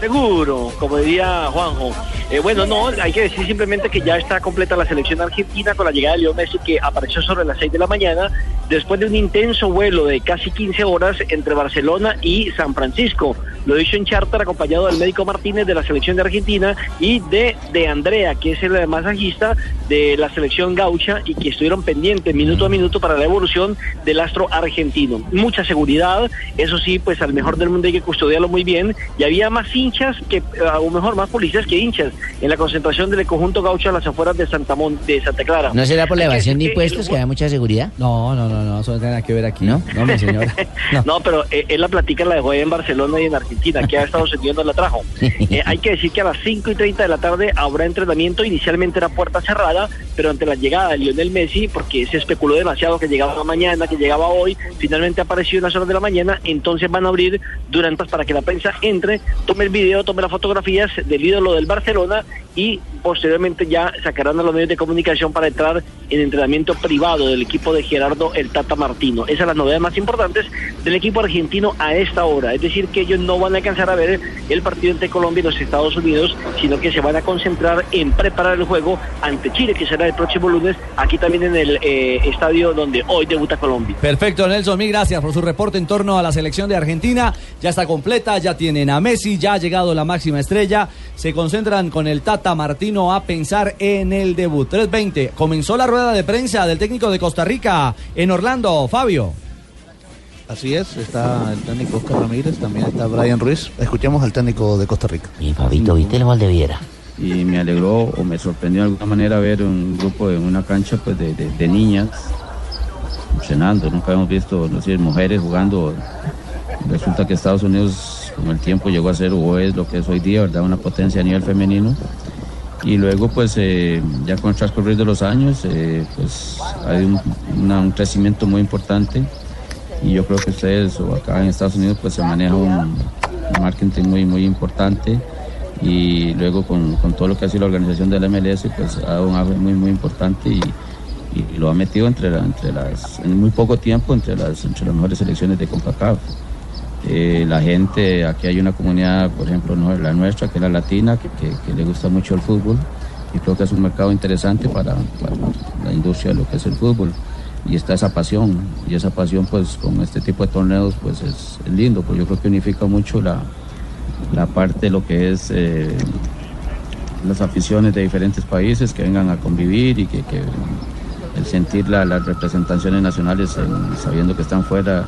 S22: Seguro, como diría Juanjo. Eh, bueno, no, hay que decir simplemente que ya está completa la selección argentina con la llegada de Leo Messi que apareció sobre las 6 de la mañana después de un intenso vuelo de casi 15 horas entre Barcelona y San Francisco. Lo hizo en charter acompañado del médico Martínez de la selección de Argentina y de, de Andrea, que es el masajista de la selección gaucha y que estuvieron pendientes minuto a minuto para la evolución del astro argentino. Mucha seguridad, eso sí, pues al mejor del mundo hay que custodiarlo muy bien. Y había más hinchas que, eh, o mejor, más policías que hinchas en la concentración del conjunto gaucho a las afueras de Santa, Mon- de Santa Clara.
S23: ¿No será por la
S22: Hay que
S23: evasión de
S22: decir que el
S23: impuestos que da mucha seguridad?
S7: No, no, no, no, eso no tiene nada que ver aquí. ¿No? No, mi señora.
S22: <laughs> No, pero eh, él la platica la dejó ahí en Barcelona y en Argentina, que a Estados Unidos no la trajo. Eh, hay que decir que a las 5 y 30 de la tarde habrá entrenamiento, inicialmente era puerta cerrada, pero ante la llegada de Lionel Messi, porque se especuló demasiado que llegaba mañana, que llegaba hoy, finalmente apareció en las horas de la mañana, entonces van a abrir durantas para que la prensa entre, tome el video, tome las fotografías del ídolo del Barcelona y posteriormente ya sacarán a los medios de comunicación para entrar en entrenamiento privado del equipo de Gerardo el Tata Martino. Esas son las novedades más importantes del equipo argentino a esta hora. Es decir, que ellos no van a alcanzar a ver el partido entre Colombia y los Estados Unidos, sino que se van a concentrar en preparar el juego ante Chile, que será el próximo lunes, aquí también en el eh, estadio donde hoy debuta Colombia.
S7: Perfecto, Nelson, mil gracias por su reporte en torno a la selección de Argentina. Ya está completa, ya tienen a Messi, ya ha llegado la máxima estrella. Se concentran con el Tata Martino a pensar en el debut. 3.20, comenzó la rueda de prensa del técnico de Costa Rica en Orlando, Fabio.
S16: Así es, está el técnico Oscar Ramírez, también está Brian Ruiz. Escuchemos al técnico de Costa Rica.
S23: Y Fabito, ¿viste el gol de Viera?
S24: y me alegró o me sorprendió de alguna manera ver un grupo en una cancha pues, de, de- de niñas cenando. Nunca habíamos visto no sé, mujeres jugando. Resulta que Estados Unidos con el tiempo llegó a ser o es lo que es hoy día, ¿verdad? Una potencia a nivel femenino. Y luego, pues, eh, ya con el transcurrir de los años, eh, pues, hay un, una- un crecimiento muy importante. Y yo creo que ustedes, o acá en Estados Unidos, pues, se maneja un, un marketing muy, muy importante y luego con, con todo lo que ha sido la organización del MLS, pues ha dado un auge muy, muy importante y, y- y lo ha metido entre, la- entre las, en muy poco tiempo entre las, entre las mejores selecciones de CONCACAF. Eh, la gente, aquí hay una comunidad, por ejemplo, no, la nuestra, que es la latina, que, que- que le gusta mucho el fútbol. Y creo que es un mercado interesante para, para la industria de lo que es el fútbol. Y está esa pasión. Y esa pasión, pues, con este tipo de torneos, pues es lindo. Pues yo creo que unifica mucho la, la parte de lo que es eh, las aficiones de diferentes países que vengan a convivir y que, que el sentir la- las representaciones nacionales en- sabiendo que están fuera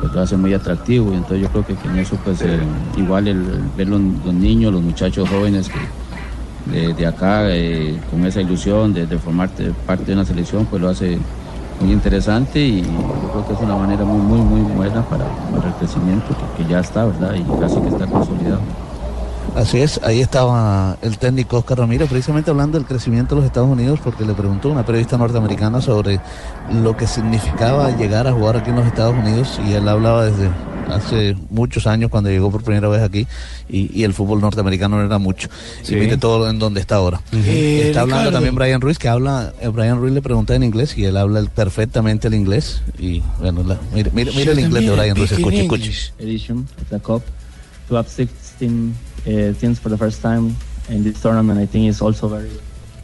S24: pues lo hace muy atractivo y entonces yo creo que, que en eso pues eh, igual el, el ver los, los niños, los muchachos jóvenes que de, de acá eh, con esa ilusión de, de formar te- parte de una selección pues lo hace muy interesante y yo creo que es una manera muy muy muy buena para, para el crecimiento que, que ya está verdad y casi que está consolidado.
S16: Así es, ahí estaba el técnico Oscar Ramírez, precisamente hablando del crecimiento de los Estados Unidos, porque le preguntó a una periodista norteamericana sobre lo que significaba llegar a jugar aquí en los Estados Unidos, y él hablaba desde hace muchos años cuando llegó por primera vez aquí, y, y el fútbol norteamericano no era mucho.
S15: Sí.
S16: Y mire todo en donde está ahora.
S15: Eh,
S16: está hablando
S15: Ricardo.
S16: también Brian Ruiz, que habla, eh, Brian Ruiz le pregunta en inglés, y él habla el- perfectamente el inglés, y bueno, la- mire, mire, mire el inglés de Brian Ruiz, escuche, escuche.
S25: Edition of the cup to have 16 uh, teams for the first time in this tournament, I think is also very.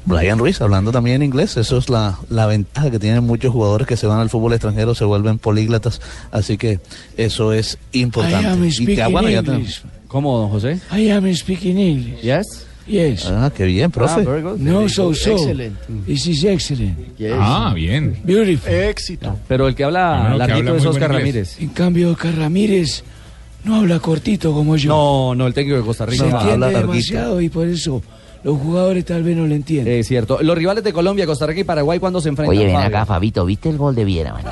S16: Brian Ruiz hablando también en inglés, eso es la, la ventaja que tienen muchos jugadores que se van al fútbol extranjero, se vuelven políglatas, así que eso es
S15: I
S16: importante.
S15: am
S16: Y ya,
S15: speaking
S16: bueno, ya te-
S15: English.
S7: ¿Cómo, don José?
S15: <laughs> I am speaking English.
S7: Yes?
S15: Yes.
S16: Ah, qué bien, profe.
S15: Ah, very good. No, so, so.
S7: Excellent.
S15: This is excellent.
S12: Ah, bien.
S15: Beautiful.
S8: Éxito.
S7: Pero Ah, el que habla
S12: Hermano, que
S7: larguito
S12: habla
S7: es
S12: muy
S7: Oscar
S12: buen
S7: Ramírez.
S12: inglés.
S15: En cambio, Oscar Ramírez no habla cortito como yo.
S7: No, no, el técnico de Costa Rica.
S15: Se
S7: No,
S15: entiende
S7: habla larguito.
S15: demasiado y por eso los jugadores tal vez no lo entienden.
S7: Es cierto. Los rivales de Colombia, Costa Rica y Paraguay, ¿cuándo se enfrentan?
S9: Oye, ven
S7: Fabio?
S9: acá, Fabito, ¿viste el gol de
S15: <laughs>
S9: Viera, man?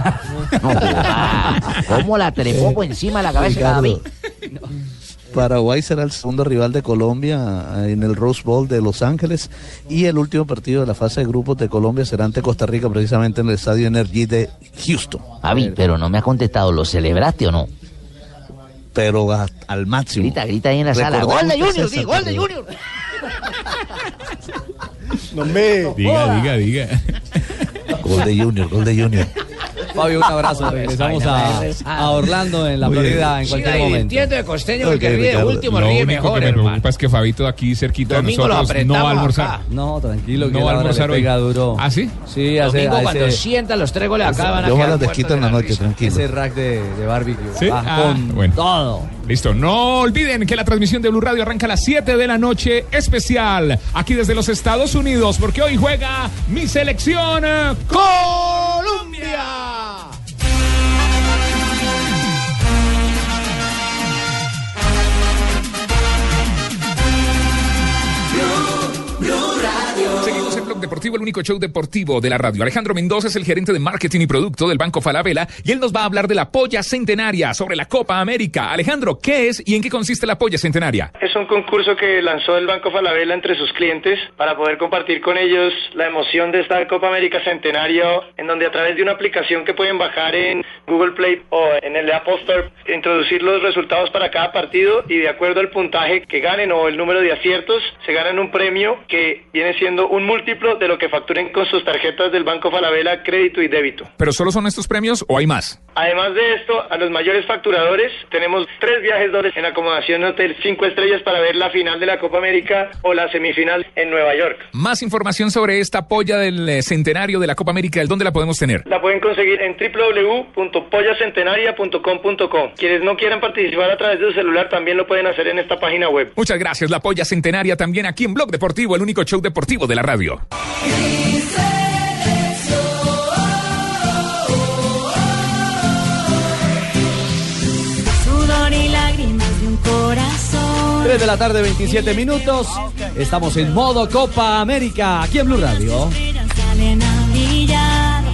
S9: No, papá, <laughs> ¿Cómo la trepó por encima de la cabeza de
S16: Ricardo.
S9: David?
S16: <laughs> Paraguay será el segundo rival de Colombia eh, en el Rose Bowl de Los Ángeles y el último partido de la fase de grupos de Colombia será ante Costa Rica precisamente en el Estadio Energy de Houston.
S9: Javi, pero no me has contestado, ¿lo celebraste o no?
S16: Pero a- al máximo.
S9: Grita, grita ahí en la sala.
S16: Recordemos
S9: ¡Gol de
S16: que
S9: Junior,
S16: César
S9: sí, gol de
S16: perdió.
S9: Junior!
S8: No me.
S12: Diga, diga, diga.
S16: Gol de Junior, gol de Junior.
S7: Fabio, un abrazo.
S15: pues,
S7: Regresamos a, a Orlando, en la
S16: Muy bien.
S7: Florida, en
S16: Sí,
S7: cualquier
S16: ahí,
S7: momento.
S16: entiendo de costeño, el que Ok, ríe de Ricardo. último
S12: Lo
S16: ríe
S12: único
S16: mejor,
S12: que me
S15: eh.
S16: hermano.
S12: preocupa es que Fabito de aquí cerquita
S7: Domingo
S12: de
S7: lo
S12: nosotros no va a
S7: apretamos
S12: almorzar.
S7: acá. No, tranquilo, que
S12: No va a
S7: ahora
S12: almorzar
S7: le
S12: hoy.
S7: pega duro. ¿Ah, sí? Sí, hace,
S12: Domingo,
S7: a
S12: cuando
S7: ese-
S15: sientan los tres goles
S7: acá, van a
S16: Yo me
S7: quedar
S16: las
S7: muertos
S16: desquito en la noche, tranquilo.
S7: Ese rack de, de barbecue.
S12: Sí,
S7: Va
S12: ah,
S7: con
S12: bueno.
S7: todo.
S12: Listo, no olviden que la transmisión de Blue Radio arranca a las 7 de la noche especial aquí desde los Estados Unidos porque hoy juega mi selección eh, Colombia. Seguimos en Blog Deportivo, el único show deportivo de la radio. Alejandro Mendoza es el gerente de marketing y producto del Banco Falabella y él nos va a hablar de la polla centenaria sobre la Copa América. Alejandro, ¿qué es y en qué consiste la polla centenaria?
S1: Es un concurso que lanzó el Banco Falabella entre sus clientes para poder compartir con ellos la emoción de esta Copa América Centenario, en donde a través de una aplicación que pueden bajar en Google Play o en el Apple Store, introducir los resultados para cada partido y de acuerdo al puntaje que ganen o el número de aciertos, se ganan un premio que viene siendo un múltiplo de lo que facturen con sus tarjetas del Banco Falabella, crédito y débito.
S12: ¿Pero solo son estos premios o hay más?
S1: Además de esto, a los mayores facturadores tenemos tres viajes dobles en acomodación hotel cinco estrellas para ver la final de la Copa América o la semifinal en Nueva York.
S12: Más información sobre esta polla del eh, centenario de la Copa América, ¿dónde la podemos tener?
S1: La pueden conseguir en www.pollacentenaria.com.co. Quienes no quieran participar a través de su celular también lo pueden hacer en esta página web.
S12: Muchas gracias, la polla centenaria también aquí en Blog Deportivo, el único show deportivo de la radio.
S6: Sudor y lágrimas de un corazón.
S7: 3 de la tarde, 27 minutos. Estamos en modo Copa América, aquí en Blue Radio.
S6: Salen a brillar.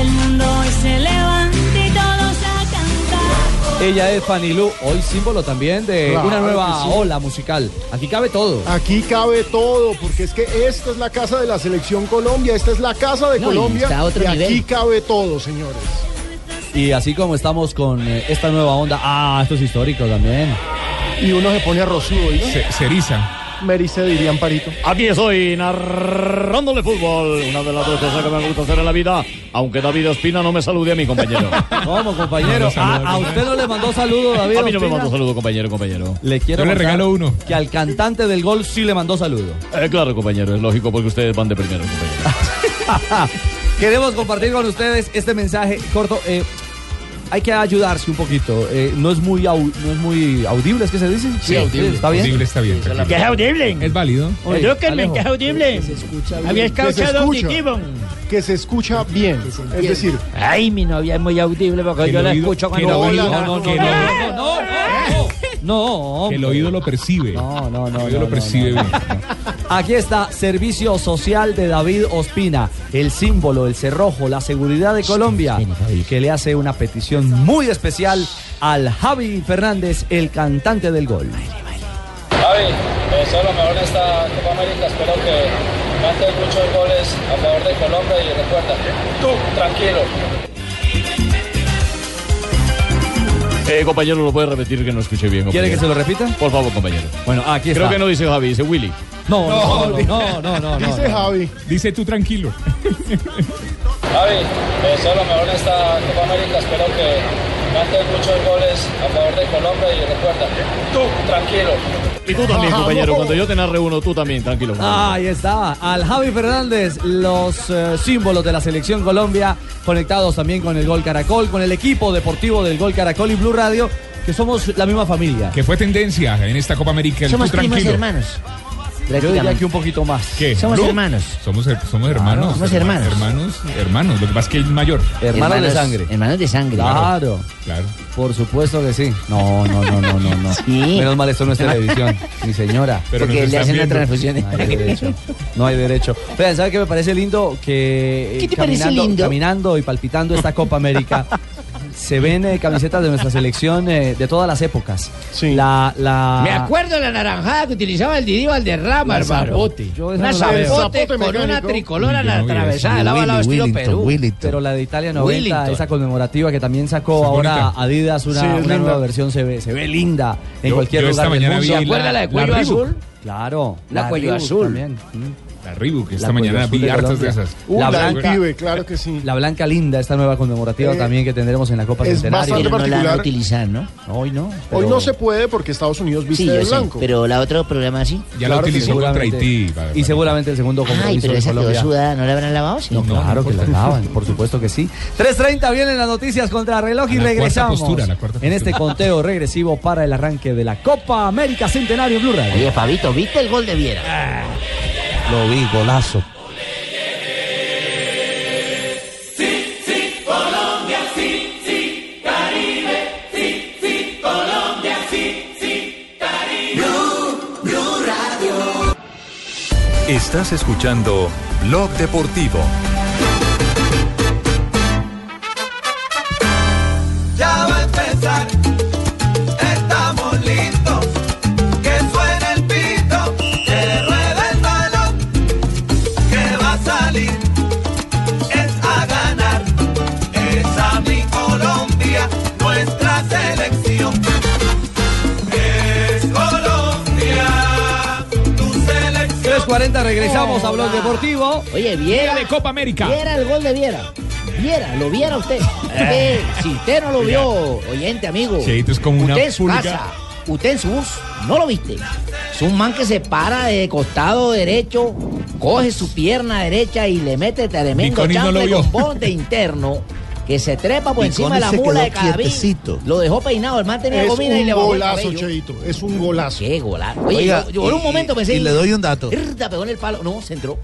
S6: El mundo hoy se levanta y todos a cantar.
S7: Ella es Fanny Lu, hoy símbolo también de
S8: Claro
S7: una nueva
S8: que sí.
S7: ola musical. Aquí cabe todo.
S8: Aquí cabe todo, porque es que esta es la casa de la selección Colombia, esta es la casa de
S7: No, y
S8: Colombia
S7: está a otro
S8: y aquí
S7: nivel.
S8: cabe todo, señores.
S7: Y así como estamos con eh, esta nueva onda, ah, esto es histórico también.
S8: Y uno se pone a rosudo,
S12: Se, eriza.
S8: Merice, dirían Parito.
S2: Aquí estoy narrándole fútbol, una de las dos cosas que me gusta hacer en la vida, aunque David Espina no me salude a mi compañero.
S7: ¿Cómo, compañero? Ah, <laughs> a usted no le mandó saludo, David.
S2: A mí no me
S7: Ospina.
S2: mandó saludo, compañero, compañero.
S7: Le quiero
S2: Yo le regalo
S7: uno. Que al cantante del gol sí le mandó saludo.
S2: Eh, claro, compañero, es lógico porque ustedes van de primero, compañero.
S7: <laughs> Queremos compartir con ustedes este mensaje corto. eh, hay que ayudarse un poquito. eh, no, es muy au- no es muy audible, ¿es que se dice?
S12: Sí, audible.
S7: ¿Está bien?
S12: Audible está bien, tranquilo.
S4: Que es audible.
S12: Es válido.
S4: Edúquenme, que es audible. Había escuchado auditivo.
S8: Que se escucha bien. Es decir,
S4: ay, mi novia es muy audible porque
S8: Que
S4: yo
S8: el
S4: la
S8: oído-
S4: escucho
S8: que
S4: cuando
S8: el oído-
S4: habla.
S8: no, no,
S4: ¡Eh!
S8: no,
S7: no, No.
S12: El oído lo percibe.
S7: No, no, no.
S12: El oído
S7: no,
S12: lo percibe bien.
S7: Aquí está Servicio Social de David Ospina, el símbolo, el cerrojo, la seguridad de Colombia, que le hace una petición muy especial al Javi Fernández, el cantante del gol.
S10: Javi, te deseo lo mejor en esta Copa América. Espero que marques muchos goles a favor de Colombia y recuerda, tú tranquilo.
S2: Eh, compañero, lo puede repetir que no escuché bien.
S7: ¿Quiere que se lo
S2: repita? Por favor, compañero.
S7: Bueno, aquí
S2: Creo
S7: está.
S2: que no dice Javi, dice Willy.
S7: No, no, no, no, no, no, no.
S8: dice Javi.
S12: Dice tú tranquilo.
S10: Javi, te deseo lo mejor en esta Copa América. Espero que marques muchos goles a favor de Colombia y recuerda, tú tranquilo.
S2: Y tú
S7: <laughs>
S2: también, compañero. Cuando yo te narre uno, tú también, tranquilo.
S7: Ahí está, al Javi Fernández, los eh, símbolos de la selección Colombia, conectados también con el Gol Caracol, con el equipo deportivo del Gol Caracol y Blue Radio, que somos la misma familia.
S12: Que fue tendencia en esta Copa América. El
S7: Somos
S12: tú
S7: primos
S12: tranquilo.
S7: hermanos. Yo diría que un poquito más.
S12: ¿Qué?
S7: Somos
S12: ¿Blue?
S7: hermanos.
S12: Somos, her- somos hermanos.
S7: somos
S12: herma-
S7: hermanos.
S12: Hermanos, hermanos. Lo que pasa es que es mayor.
S9: Hermanos de sangre.
S7: Claro.
S12: Claro.
S7: Por supuesto que sí. No, no, no, no, no. <laughs> no. Menos mal, esto no es televisión, mi señora.
S9: Pero Porque nos le están hacen la viendo. transfusión de
S7: No hay derecho. No hay derecho. Vean, ¿sabe qué me parece lindo? Que eh,
S9: ¿Qué te parece
S7: caminando,
S9: lindo?
S7: caminando y palpitando esta Copa América. Se ven eh, camisetas de nuestra selección eh, de todas las épocas. Sí. La, la...
S4: Me acuerdo la naranjada que utilizaba el Didi Valderrama,
S7: Ah. La
S4: hermano.
S7: zapote. Yo esa
S4: Una
S7: no la veo.
S4: zapote
S7: El zapote
S4: con una
S7: mecánico.
S4: tricolor a la
S7: Yo no vi
S4: atravesada,
S7: eso.
S4: de lado a lado estilo
S7: Wellington,
S4: Perú.
S7: Wellington. Pero la de Italia 90,
S4: Wellington.
S7: esa conmemorativa que también sacó
S4: Está
S7: ahora
S4: bonita.
S7: Adidas, una,
S4: Sí, es
S7: una
S4: linda.
S7: nueva versión, se ve, se ve linda en
S12: Yo-
S7: cualquier
S12: yo esta
S7: lugar del
S12: mañana
S7: mundo.
S12: vi ¿Se acuerda la- la de cuello la Reebok? azul?
S7: Claro.
S12: La cuello
S7: Reebok
S12: azul.
S7: También.
S12: La Reebok, esta
S7: La
S12: mañana
S7: cuello
S12: vi
S7: azul de
S12: hartas de
S7: Colombia.
S12: esas.
S7: Uh, la del pibe,
S8: claro que sí.
S7: La blanca linda, esta nueva conmemorativa
S8: Eh,
S7: también que tendremos en la Copa
S8: es
S7: Centenario.
S8: bastante Pero no la van a particular.
S7: utilizar, ¿no? Hoy no.
S8: hoy no se puede porque Estados Unidos viste
S9: Sí, yo
S8: de
S9: sé,
S8: blanco.
S9: pero la otra programa sí.
S12: Ya la utilizó contra Haití. va-
S7: Y seguramente el segundo
S9: Ay,
S7: compromiso
S9: pero
S7: de
S9: esa quedó
S7: Colombia.
S9: sudada, ¿no la habrán lavado? Sí.
S7: No, claro que la lavan, por supuesto que sí. 3.30 vienen las noticias contra reloj y
S9: A la cuarta
S7: regresamos
S9: postura, la cuarta
S7: en este
S9: postura.
S7: conteo regresivo para el arranque de la Copa América Centenario Blue Radio.
S9: Oye, Fabito, ¿viste el gol de Viera?
S16: Lo vi, golazo.
S3: Colombia, sí, sí, Caribe, sí, sí, Colombia, sí, sí, Caribe. Blue, Blue Radio.
S14: Estás escuchando Blog Deportivo.
S3: Ya va a empezar, estamos listos. Que suene el pito, que ruede el balón. Que va a salir, es a ganar. Esa mi Colombia, nuestra selección. Es Colombia, tu selección.
S7: 3.40 regresamos a Blog Deportivo.
S9: Oye, Viera.
S12: de Copa América.
S9: Viera el gol de Viera. Viera, lo viera usted. Eh, si usted no lo vio, oyente, amigo.
S12: Cheito es como una
S9: usted en su
S12: pulga.
S9: casa, usted en su bus, no lo viste. Es un man que se para de costado derecho, coge su pierna derecha y le mete tremendo
S16: Biconi no lo
S9: chanfle
S16: vio.
S9: con bote interno. Que se trepa por encima
S16: Biconi
S9: de la
S16: se
S9: mula
S16: quedó
S9: de Cadavid.
S16: quietecito.
S9: Lo dejó peinado, el man tenía
S8: Es
S9: gomina y
S8: un
S9: le bajó el
S8: golazo,
S9: cabello.
S8: Cheito. Es un golazo.
S9: Qué golazo. Oye, yo, yo por un momento pensé.
S16: Y le doy un dato.
S9: Irda, pegó en el palo. No, se entró.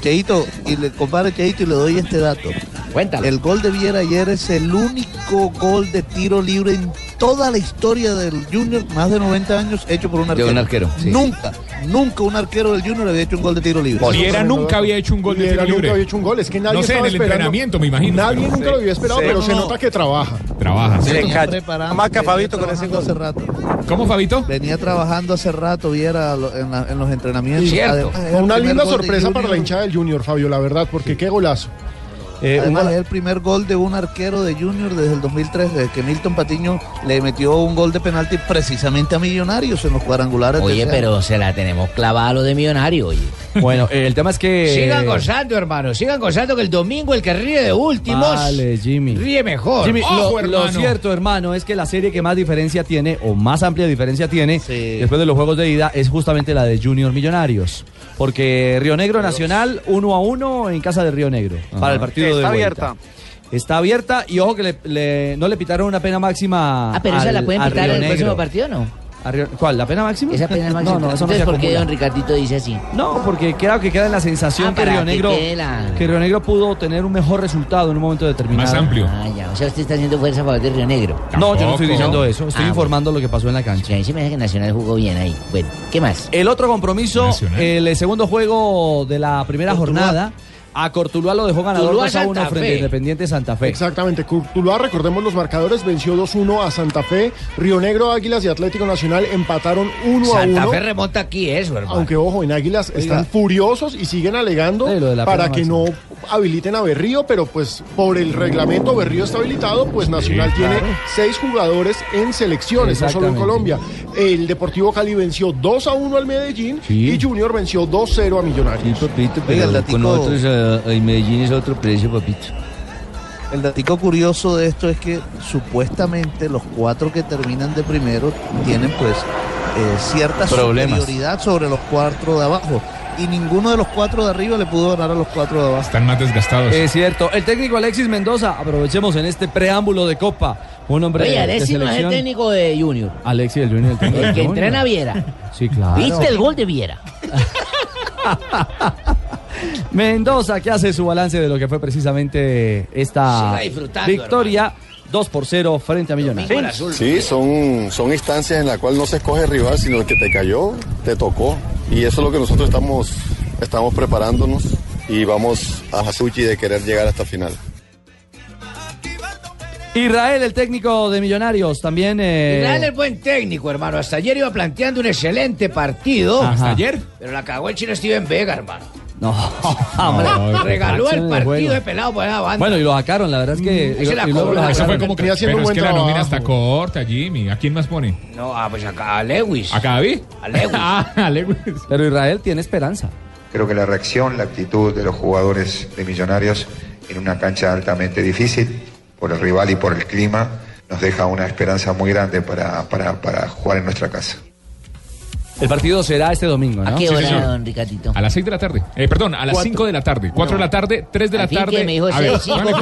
S16: Cheito, y le comparo Cheito y le doy este dato.
S9: Cuéntalo.
S16: El gol de Viera ayer es el único gol de tiro libre en toda la historia del Junior, más de 90 años, hecho por un
S24: De
S16: arquero.
S24: un arquero, sí.
S16: Nunca, nunca un arquero del Junior había hecho un gol de tiro libre.
S12: Viera nunca había hecho un gol de
S8: Viera
S12: tiro libre.
S8: nunca había hecho un gol, es que nadie
S12: No sé, en
S8: estaba
S12: el
S8: esperando.
S12: entrenamiento, me imagino.
S8: Nadie
S12: pero-
S8: nunca lo había esperado,
S12: Sí.
S8: pero se
S12: No,
S8: nota que trabaja.
S12: Trabaja.
S8: Se le
S16: Venía
S8: calla.
S16: preparando,
S8: Maca,
S16: venía
S8: Fabito, con ese
S16: trabajando hace rato.
S12: ¿Cómo, Fabito?
S16: Venía trabajando hace rato, Viera, lo- en, la- en los entrenamientos.
S8: Cierto.
S16: Además, era
S8: Fue
S16: el
S8: una
S16: primer
S8: linda
S16: gol de
S8: sorpresa para
S16: Junior.
S8: la hinchada del Junior, Fabio, la verdad, porque qué golazo.
S7: Eh, un
S16: Además,
S7: gola-
S16: es el primer gol de un arquero de Junior desde el 2003, desde que Milton Patiño le metió un gol de penalti precisamente a Millonarios en los cuadrangulares.
S9: Oye, pero
S16: se la tenemos clavada lo de Millonarios, oye.
S9: <laughs>
S7: Bueno, eh, el tema es que.
S9: Sigan gozando, hermano. Sigan gozando que el domingo el que ríe de últimos
S7: Vale, Jimmy.
S9: ríe mejor.
S7: Jimmy,
S9: Ojo,
S7: lo, lo
S9: hermano.
S7: cierto, hermano, es que la serie que más diferencia tiene, o más amplia diferencia tiene, después de los juegos de ida, es justamente la de Junior Millonarios. Porque Río Negro Nacional, uno a uno en casa de Río Negro, para el partido
S5: Está
S7: de vuelta.
S5: abierta.
S7: Está abierta y ojo que le, le- no le pitaron una pena máxima.
S9: Ah, pero esa
S7: al-
S9: la pueden
S7: al
S9: pitar
S7: Río
S9: en el próximo
S7: Negro.
S9: partido, ¿no?
S7: A Río- ¿Cuál? ¿La pena máxima?
S9: Esa pena máxima.
S7: <laughs> No, no, eso no
S9: Entonces,
S7: se
S9: ¿por qué
S7: acumula.
S9: don Ricardito dice así?
S7: No, porque creo que queda en la sensación
S9: Ah,
S7: que,
S9: para
S7: Río
S9: que
S7: Negro,
S9: quede la-
S7: que Río Negro pudo tener un mejor resultado en un momento determinado.
S9: Ah, ya. O sea, usted está haciendo fuerza a favor de Río Negro.
S7: No, yo no estoy diciendo eso. Estoy
S9: Ah,
S7: informando lo que pasó en la cancha.
S9: bueno. Ahí sí me dice que Nacional jugó bien ahí. Bueno, ¿qué más?
S7: El otro compromiso, el eh, segundo juego de la primera jornada, a Cortuluá lo dejó ganador
S8: Cortuluá
S7: 2 a 1
S8: Santa
S7: frente
S8: Fe.
S7: a Independiente Santa Fe.
S8: Exactamente, Curtuluá, recordemos los marcadores, venció 2-1 a Santa Fe, Río Negro, Águilas y Atlético Nacional empataron 1 a 1.
S9: Santa Fe remonta aquí eso, hermano.
S8: Aunque ojo, en Águilas
S9: Oiga.
S8: están furiosos y siguen alegando
S9: de la
S8: para
S9: pena
S8: que no habiliten a Berrío, pero pues por el reglamento Berrío está habilitado, pues Nacional tiene
S11: claro.
S8: seis jugadores en selecciones, no solo en Colombia.
S11: Exactamente.
S8: El Deportivo Cali venció 2 a 1 al Medellín
S11: Sí.
S8: y Junior venció 2-0 a Millonarios.
S11: Sí, papito,
S8: Oiga,
S11: pero
S8: el
S11: con
S8: datico-
S11: nosotros ah, en Medellín es otro precio, papito.
S16: El datico curioso de esto es que supuestamente los cuatro que terminan de primero tienen pues eh, cierta
S11: Problemas.
S16: superioridad sobre los cuatro de abajo. Y ninguno de los cuatro de arriba le pudo ganar a los cuatro de abajo.
S12: Están más desgastados.
S7: Es cierto. El técnico Alexis Mendoza, aprovechemos en este preámbulo de Copa. Un hombre
S9: Oye,
S7: de-
S9: Alexis
S7: de
S9: no es el
S7: selección.
S9: técnico de Junior.
S7: Alexis, el Junior. El, técnico
S9: El
S7: del
S9: que
S7: Junior.
S9: entrena a Viera.
S7: Sí, claro.
S9: ¿Viste el gol de Viera?
S7: Mendoza, que hace su balance de lo que fue precisamente esta
S13: Siga disfrutando,
S7: victoria. 2 por 0 frente a Millonarios.
S13: Sí, son, son instancias en las cuales no se escoge rival, sino el que te cayó, te tocó. Y eso es lo que nosotros estamos, estamos preparándonos y vamos a Hasuchi de querer llegar hasta final.
S7: Israel, el técnico de Millonarios, también. eh,
S9: Israel es buen técnico, hermano. Hasta ayer iba planteando un excelente partido.
S7: Ajá. ¿Hasta ayer?
S9: Pero la cagó el chino Steven Vega, hermano.
S7: No,
S9: Hombre,
S7: no,
S9: regaló
S7: acciones
S9: el
S7: Ah, de
S9: partido
S7: juego.
S9: de pelado
S8: pues,
S9: por la banda.
S7: Bueno, y lo sacaron, la verdad es
S12: Eh,
S7: que.
S9: Mm, Ese la
S7: y luego
S9: cobra.
S7: lo
S12: Eso fue
S7: sacaron.
S12: como que, pero es que la nómina está corta, Jimmy. ¿A quién más pone?
S9: No, ah, pues acá a Lewis.
S12: ¿A Cadaví?
S9: A Lewis.
S12: <laughs> ah, a Lewis.
S7: Pero Israel tiene esperanza.
S18: Creo que la reacción, la actitud de los jugadores de Millonarios en una cancha altamente difícil, por el rival y por el clima, nos deja una esperanza muy grande para, para- para jugar en nuestra casa.
S7: El partido será este domingo, ¿no?
S9: ¿A qué hora,
S12: señor.
S9: don Ricardito?
S12: A las 6 de la tarde. Eh, perdón, a las
S9: Cuatro.
S12: 5 de la tarde. 4 de la tarde, 3 de la
S9: Al fin
S12: tarde.
S9: que me dijo
S12: A ver,
S9: 6, 5,
S12: Juaneco.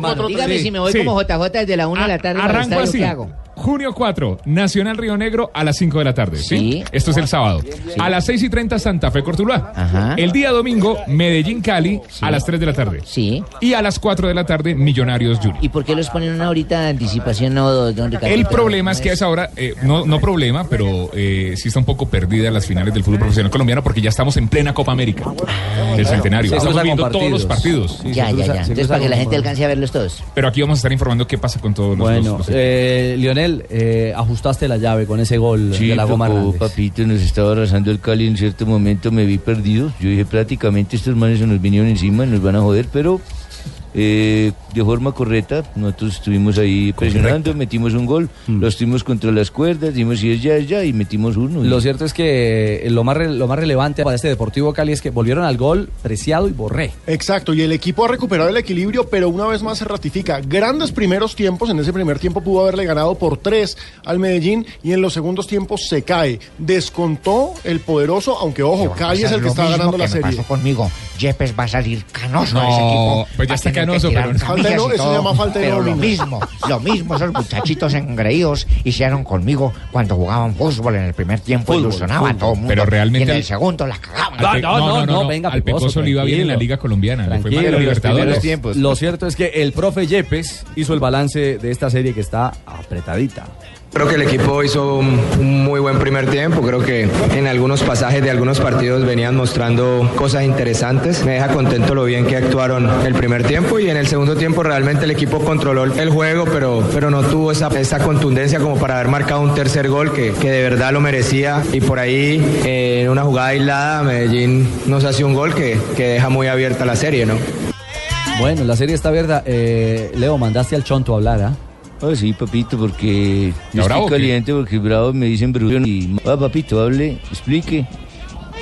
S9: 4. Dígame si me voy
S12: Sí.
S9: como JJ desde la 1 de la tarde para el
S12: Arranco
S9: estadio,
S12: así.
S9: ¿qué hago?
S12: Junio 4, Nacional Río Negro a las 5 de la tarde. ¿sí? Esto es el sábado. A las 6 y 30, Santa Fe Cortuluá. El día domingo, Medellín Cali a las 3 de la tarde.
S9: Sí.
S12: Y a las 4 de la tarde, Millonarios Junior.
S9: ¿Y por qué los ponen una horita de anticipación, no, don Ricardito?
S12: El problema es que a esa hora, eh, no, no problema, pero eh, sí está un poco perdida las finales del fútbol profesional colombiano porque ya estamos en plena Copa
S7: Ah,
S12: América del centenario.
S9: Se
S12: estamos
S9: cruza
S12: viendo
S9: con
S12: todos los
S9: partidos.
S12: partidos.
S9: Ya, ya, ya. Entonces, para que la gente alcance a verlos todos.
S12: Pero aquí vamos a estar informando qué pasa con todos los-
S7: Bueno,
S12: los, los
S7: eh, Lionel, eh, ajustaste la llave con ese gol
S11: Sí,
S7: de la goma
S11: tocó,
S7: Hernández.
S11: papito, nos estaba arrasando el Cali. En cierto momento me vi perdido. Yo dije, prácticamente estos manes se nos vinieron encima, nos van a joder, pero eh, de forma correcta, nosotros estuvimos ahí presionando, metimos un gol,
S12: Mm.
S11: los tuvimos contra las cuerdas, dimos si es ya, es ya, y metimos uno.
S7: Lo cierto es que eh, lo más, re- lo más relevante para este Deportivo Cali es que volvieron al gol Preciado y Borré.
S8: Exacto, y el equipo ha recuperado el equilibrio, pero una vez más se ratifica. Grandes primeros tiempos, en ese primer tiempo pudo haberle ganado por tres al Medellín y en los segundos tiempos se cae. Descontó el poderoso, aunque ojo, Cali es el que está ganando la serie.
S9: conmigo. Yepes va a salir canoso
S8: de ese equipo.
S12: pues ya está canoso, pero no.
S8: Falta de no- eso se llama falta de
S26: pero lo
S8: nómina.
S26: mismo, lo mismo esos muchachitos engreídos hicieron conmigo cuando jugaban fútbol en el primer tiempo
S12: Fútbol,
S26: ilusionaba a
S12: fútbol.
S26: todo el mundo.
S12: Pero realmente
S26: y en
S12: al-
S26: el segundo las
S7: Ah,
S26: cagaban.
S12: Al Pe- Al Pecoso le iba bien en la Liga Colombiana. Le fue mal en la
S7: Tranquilo, los
S12: Libertadores.
S7: primeros tiempos. Lo cierto es que el profe Yepes hizo el balance de esta serie que está apretadita.
S27: Creo que el equipo hizo un un muy buen primer tiempo. Creo que en algunos pasajes de algunos partidos venían mostrando cosas interesantes. Me deja contento lo bien que actuaron el primer tiempo y en el segundo tiempo realmente el equipo controló el juego, pero, pero no tuvo esa, esa contundencia como para haber marcado un tercer gol que, que de verdad lo merecía. Y por ahí, eh, en una jugada aislada, Medellín nos hace un gol que, que deja muy abierta la serie, ¿no?
S7: Bueno, la serie está abierta. Eh, Leo, mandaste al Chonto a hablar, ¿ah?
S26: Ah, sí, papito, porque yo estoy
S7: bravo o qué?
S26: caliente, porque bravo me dicen bruto y ah, papito, hable, explique,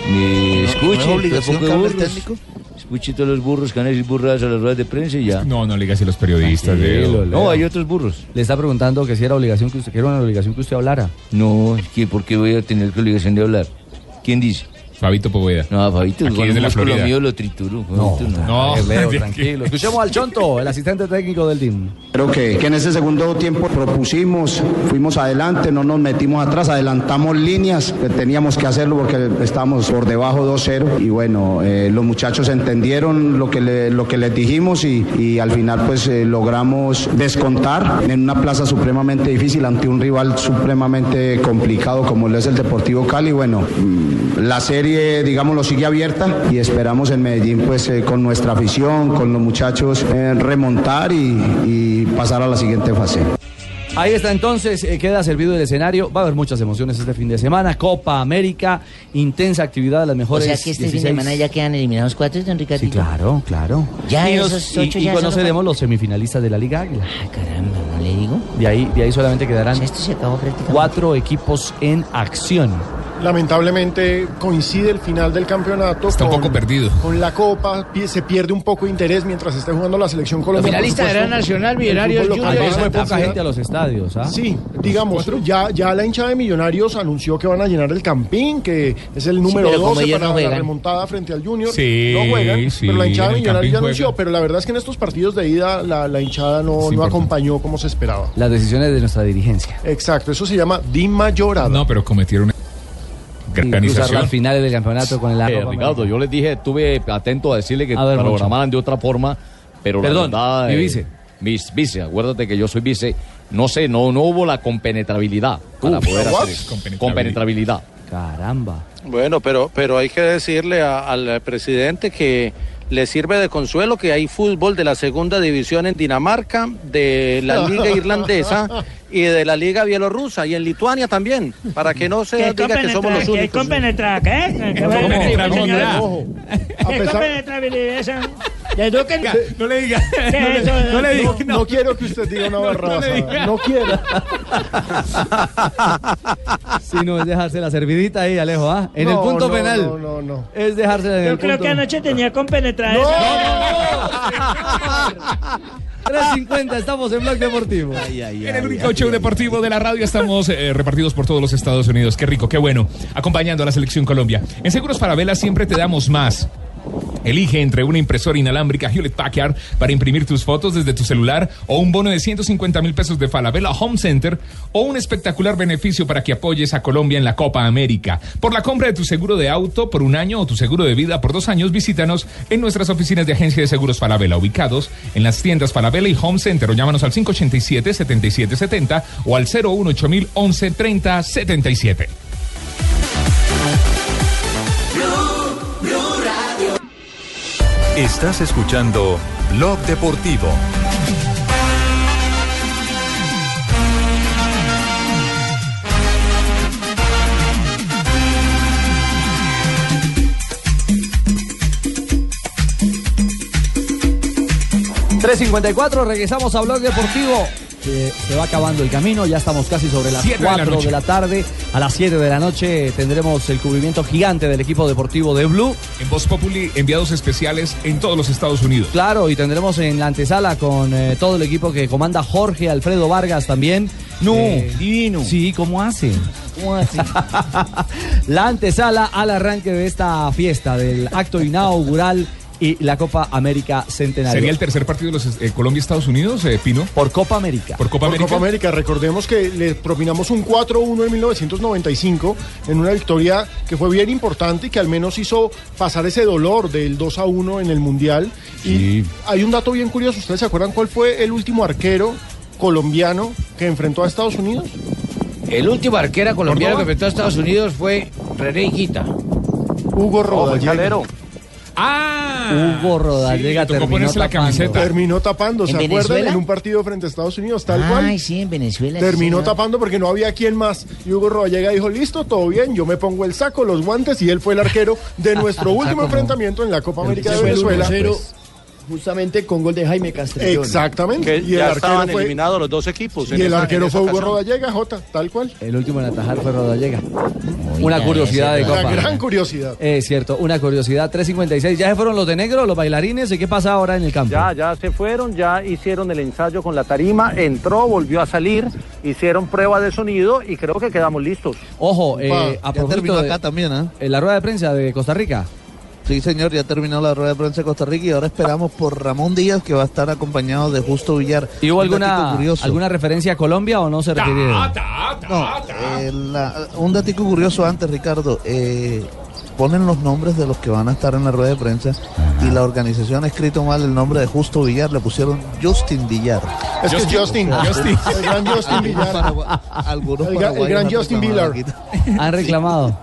S26: me escuche,
S28: obligación
S26: tampoco
S28: que hable el
S26: burros, escuche todos los burros que van a decir burradas a las ruedas de prensa y ya.
S12: No, no le digas a los periodistas, Leo.
S26: No, hay otros burros.
S7: Le está preguntando que si era obligación que usted, que era una obligación que usted hablara.
S26: No, es que ¿por qué voy a tener la obligación de hablar? ¿Quién dice?
S12: Fabito Poveda.
S26: No, Fabito,
S12: Aquí
S26: con
S12: es de
S26: un
S12: la
S26: músculo
S12: Florida.
S26: mío lo trituro.
S12: No,
S26: Fabito,
S12: no.
S7: Eh,
S12: <laughs>
S7: Leo, tranquilo. Escuchemos al Chonto, el asistente técnico del team.
S29: Creo que, que en ese segundo tiempo propusimos, fuimos adelante, no nos metimos atrás, adelantamos líneas, que teníamos que hacerlo porque estábamos por debajo 2-0 y bueno, eh, los muchachos entendieron lo que, le- lo que les dijimos y, y al final pues eh, logramos descontar en una plaza supremamente difícil ante un rival supremamente complicado como lo es el Deportivo Cali. Bueno, mm, la serie digamos lo sigue abierta y esperamos en Medellín pues eh, con nuestra afición, con los muchachos eh, remontar y- y pasar a la siguiente fase.
S7: Ahí está entonces, eh, queda servido el escenario. Va a haber muchas emociones este fin de semana. Copa América, intensa actividad de las
S9: O
S7: mejores.
S9: sea
S30: Pues,
S9: que este fin de
S7: 16.
S9: semana ya quedan eliminados cuatro, don Ricardo.
S7: Sí, claro, claro.
S9: Ya
S7: y nos-
S9: esos
S7: y-
S9: ocho
S7: y
S9: ya solo
S7: conoceremos los semifinalistas de la Liga Águila. Ay,
S9: caramba, no le digo.
S7: De ahí, de ahí solamente quedarán cuatro equipos en acción.
S8: Lamentablemente coincide el final del campeonato. Está
S12: un poco perdido.
S8: Con la Copa pi- se pierde un poco de interés mientras esté jugando la selección colombiana.
S3: finalistas
S8: por
S3: eran
S8: supuesto,
S3: Nacional,
S8: el
S3: Millonarios,
S8: fútbol local
S3: Junior y
S8: va a
S3: Santa
S8: repuntar.
S3: Fe.
S7: gente a los estadios, ¿ah?
S8: Sí, digamos, ya, ya la hincha de Millonarios anunció que van a llenar el Campín, que es el número
S3: pero como
S8: 12
S3: ellos
S8: para
S3: no
S8: la
S3: juegan.
S8: remontada frente al Junior.
S12: Sí,
S8: no juegan,
S12: sí,
S8: pero la hinchada
S12: en
S8: de
S12: el
S8: Millonarios
S12: Campín
S8: ya anunció. Pero la verdad es que en estos partidos de ida la, la hinchada no, no acompañó como se esperaba.
S7: Las decisiones de nuestra dirigencia.
S8: Exacto, eso se llama Dima Llorada.
S12: No, pero cometieron una
S7: Cruzar
S12: organización.
S7: las finales del campeonato con la
S2: Eh,
S7: Copa
S2: Ricardo, yo les dije, estuve atento a decirle que
S7: A ver, Moncho.
S2: programaran de otra forma, pero
S7: Perdón,
S2: la verdad... eh,
S7: mi vice.
S2: Mis vice, acuérdate que yo soy vice. No sé, no, no hubo la compenetrabilidad para
S11: Uf,
S2: poder
S11: ¿what?
S2: hacer eso. Compenetrabilidad.
S7: Caramba.
S11: Bueno, pero, pero hay que decirle a- al presidente que le sirve de consuelo que hay fútbol de la segunda división en Dinamarca, de la liga irlandesa y de la liga bielorrusa y en Lituania también, para que no se
S3: Que
S11: diga que somos los
S3: compenetra- que ¿eh?
S11: únicos.
S3: compenetra- ¿qué? Que
S11: ¿Cómo?
S3: compenetra-
S11: Compenetra-
S3: Ojo. Que compenetrabilidad esa. De Duque-
S8: No le diga.
S3: ¿Qué es eso?
S8: <laughs> no, no quiero que usted diga una barra basada. No
S7: <laughs>
S8: quiero.
S7: Si no, es dejarse la servidita ahí, Alejo, ¿ah? En el
S8: No,
S7: punto
S8: no,
S7: penal.
S8: no, no, no.
S7: Es dejarse en el
S3: Yo creo
S7: punto-
S3: que anoche tenía compenetrada.
S7: ¡No!
S3: esa.
S7: 3.50, estamos en Blog Deportivo.
S12: En el único show deportivo de la radio estamos eh, repartidos por todos los Estados Unidos. Qué rico, qué bueno. Acompañando a la selección Colombia. En Seguros para Vela siempre te damos más. Elige entre una impresora inalámbrica Hewlett Packard para imprimir tus fotos desde tu celular o un bono de 150 mil pesos de Falabella Home Center o un espectacular beneficio para que apoyes a Colombia en la Copa América. Por la compra de tu seguro de auto por un año o tu seguro de vida por dos años, visítanos en nuestras oficinas de agencia de seguros Falabella, ubicados en las tiendas Falabella y Home Center o llámanos al 587-7770 o al 018000 1130 77.
S31: Estás escuchando Blog Deportivo.
S7: Tres cincuenta y cuatro, regresamos a Blog Deportivo. Se, se va acabando el camino, ya estamos casi sobre las
S3: Siete de la
S7: 4 de la,
S3: noche.
S7: tarde. A las 7 de la noche tendremos el cubrimiento gigante del equipo deportivo de Blue.
S12: En Voz Populi, enviados especiales en todos los Estados Unidos.
S7: Claro, y tendremos en la antesala con eh, todo el equipo que comanda Jorge Alfredo Vargas también.
S2: No,
S7: divino. Sí, ¿cómo hace? <laughs> la antesala al arranque de esta fiesta, del acto inaugural y la Copa América Centenario.
S12: ¿Sería el tercer partido de los eh, Colombia-Estados Unidos, eh, Pino?
S7: Por Copa América.
S12: Por Copa
S8: Por
S12: América.
S8: Copa América, recordemos que le propinamos un 4-1 en 1995 en una victoria que fue bien importante y que al menos hizo pasar ese dolor del 2-1 en el Mundial. Y hay un dato bien curioso, ¿ustedes se acuerdan cuál fue el último arquero colombiano que enfrentó a Estados Unidos?
S30: El último arquera colombiano que
S8: ¿Córdoba?
S30: enfrentó a Estados Unidos fue René Higuita.
S11: Oh,
S8: Hugo Rodallega.
S12: ¡Ah!
S7: Hugo Rodallega
S8: terminó tapando. Terminó tapando, ¿se
S9: ¿En
S8: acuerdan?
S9: Venezuela?
S8: En un partido frente a Estados Unidos, tal cual.
S9: Ay, sí, en Venezuela. sí,
S8: Terminó
S9: señor.
S8: tapando porque no había quien más. Y Hugo Rodallega dijo, listo, todo bien, yo me pongo el saco,
S1: <laughs>
S8: los guantes, y él fue Ah, el arquero de nuestro último enfrentamiento en la Copa América de
S3: Ese fue el
S8: Venezuela.
S3: 1-0.
S1: Pues, Justamente con gol de Jaime Castrillón.
S8: Exactamente.
S11: Que ya estaban eliminados los dos equipos. en
S8: Y el
S11: esa- en
S8: arquero
S11: esa
S8: fue Hugo
S11: ocasión.
S8: Rodallega, J, tal cual.
S7: El último en atajar fue Rodallega. Una curiosidad de
S8: Una
S7: Copa.
S8: gran curiosidad.
S7: Es cierto, una curiosidad. 3.56. ¿Ya se fueron los de negro, los bailarines? ¿Y qué pasa ahora en el campo?
S11: Ya, ya se fueron,
S7: <laughs>
S11: ya hicieron el ensayo con la tarima, entró, volvió a salir, hicieron prueba de sonido y creo que quedamos listos.
S7: Ojo, eh,
S11: Pa,
S7: a
S11: ya
S7: propósito
S11: terminó
S7: de,
S11: acá
S16: también, ¿ah?
S7: eh, la rueda de prensa de Costa Rica.
S16: Sí, señor, ya terminó la rueda de prensa de Costa Rica y ahora esperamos por Ramón Díaz, que va a estar acompañado de Justo Villar.
S7: ¿Y hubo
S16: Un
S7: alguna,
S16: datico curioso.
S7: alguna referencia a Colombia o no se refiere?
S16: No, eh, la- un datico curioso antes, Ricardo. eh, ponen los nombres de los que van a estar en la rueda de prensa y la organización ha escrito mal el nombre de Justo Villar, le pusieron Justin Villar.
S8: Es que Justin,
S16: <laughs>
S8: Justin. <laughs> El gran Justin Villar.
S16: Algunos
S8: El gran- el gran
S16: paraguayos
S8: Justin
S16: han reclamado
S8: Villar.
S16: aquí.
S7: Han reclamado.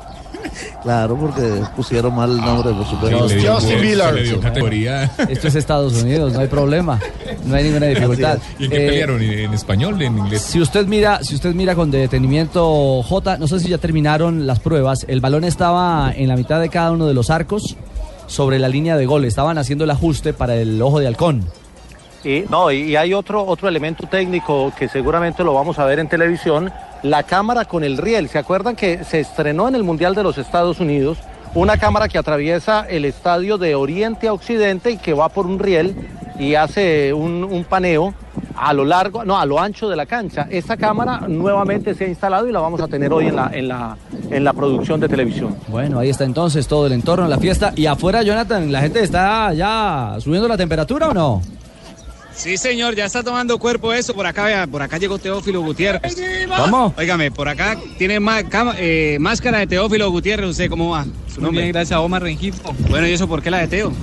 S16: Claro, porque pusieron mal el nombre, por supuesto.
S7: sí, le dio- Justin se Villar. le dio
S12: categoría.
S7: <laughs> Esto es Estados Unidos, no hay problema. No hay ninguna dificultad.
S12: ¿Y en qué
S7: Eh,
S12: pelearon? ¿En en español? ¿En inglés?
S7: Si usted mira, si usted mira con detenimiento J, no sé si ya terminaron las pruebas. El balón estaba en la mitad de cada uno de los arcos sobre la línea de gol. Estaban haciendo el ajuste para el ojo de halcón.
S11: Y, no, y, y hay otro, otro elemento técnico que seguramente lo vamos a ver en televisión, la cámara con el riel. ¿Se acuerdan que se estrenó en el Mundial de los Estados Unidos? Una cámara que atraviesa el estadio de oriente a occidente y que va por un riel y hace un, un paneo a lo largo, no, a lo ancho de la cancha. Esta cámara nuevamente se ha instalado y la vamos a tener hoy en la, en la, en la producción de televisión.
S7: Bueno, ahí está entonces todo el entorno, la fiesta. Y afuera, Jonathan, ¿la gente está ya subiendo la temperatura o no?
S13: Sí, señor, ya está tomando cuerpo eso. Por acá, vea, por acá llegó Teófilo Gutiérrez.
S7: ¿Cómo?
S13: Óigame, por acá tiene ma- cama- eh, máscara de Teófilo Gutiérrez. ¿Usted cómo va? Muy bien, gracias a Omar Rengifo. Bueno, ¿y eso por qué la de Teo?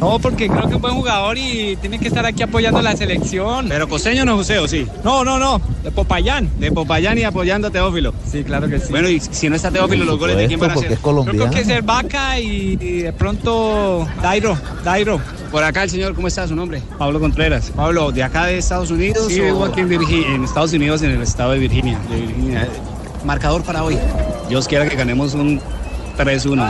S13: No, porque creo que es buen jugador y tiene que estar aquí apoyando a la selección. Pero costeño no es Joseo, sí. No, no, no. De Popayán. De Popayán y apoyando a Teófilo. Sí, claro que sí. Bueno, y si no está Teófilo, los goles de quién van a
S16: Porque
S13: ser.
S16: es colombiano.
S13: Creo que es el Vaca y, y de pronto Dairo, Dairo. Por acá el señor, ¿cómo está su nombre? Pablo Contreras. Pablo, ¿de acá de Estados Unidos?
S3: Sí, vivo aquí
S13: en, Estados Unidos, en el estado de Virginia. De Virginia. Marcador para hoy. Dios quiera que ganemos un 3-1.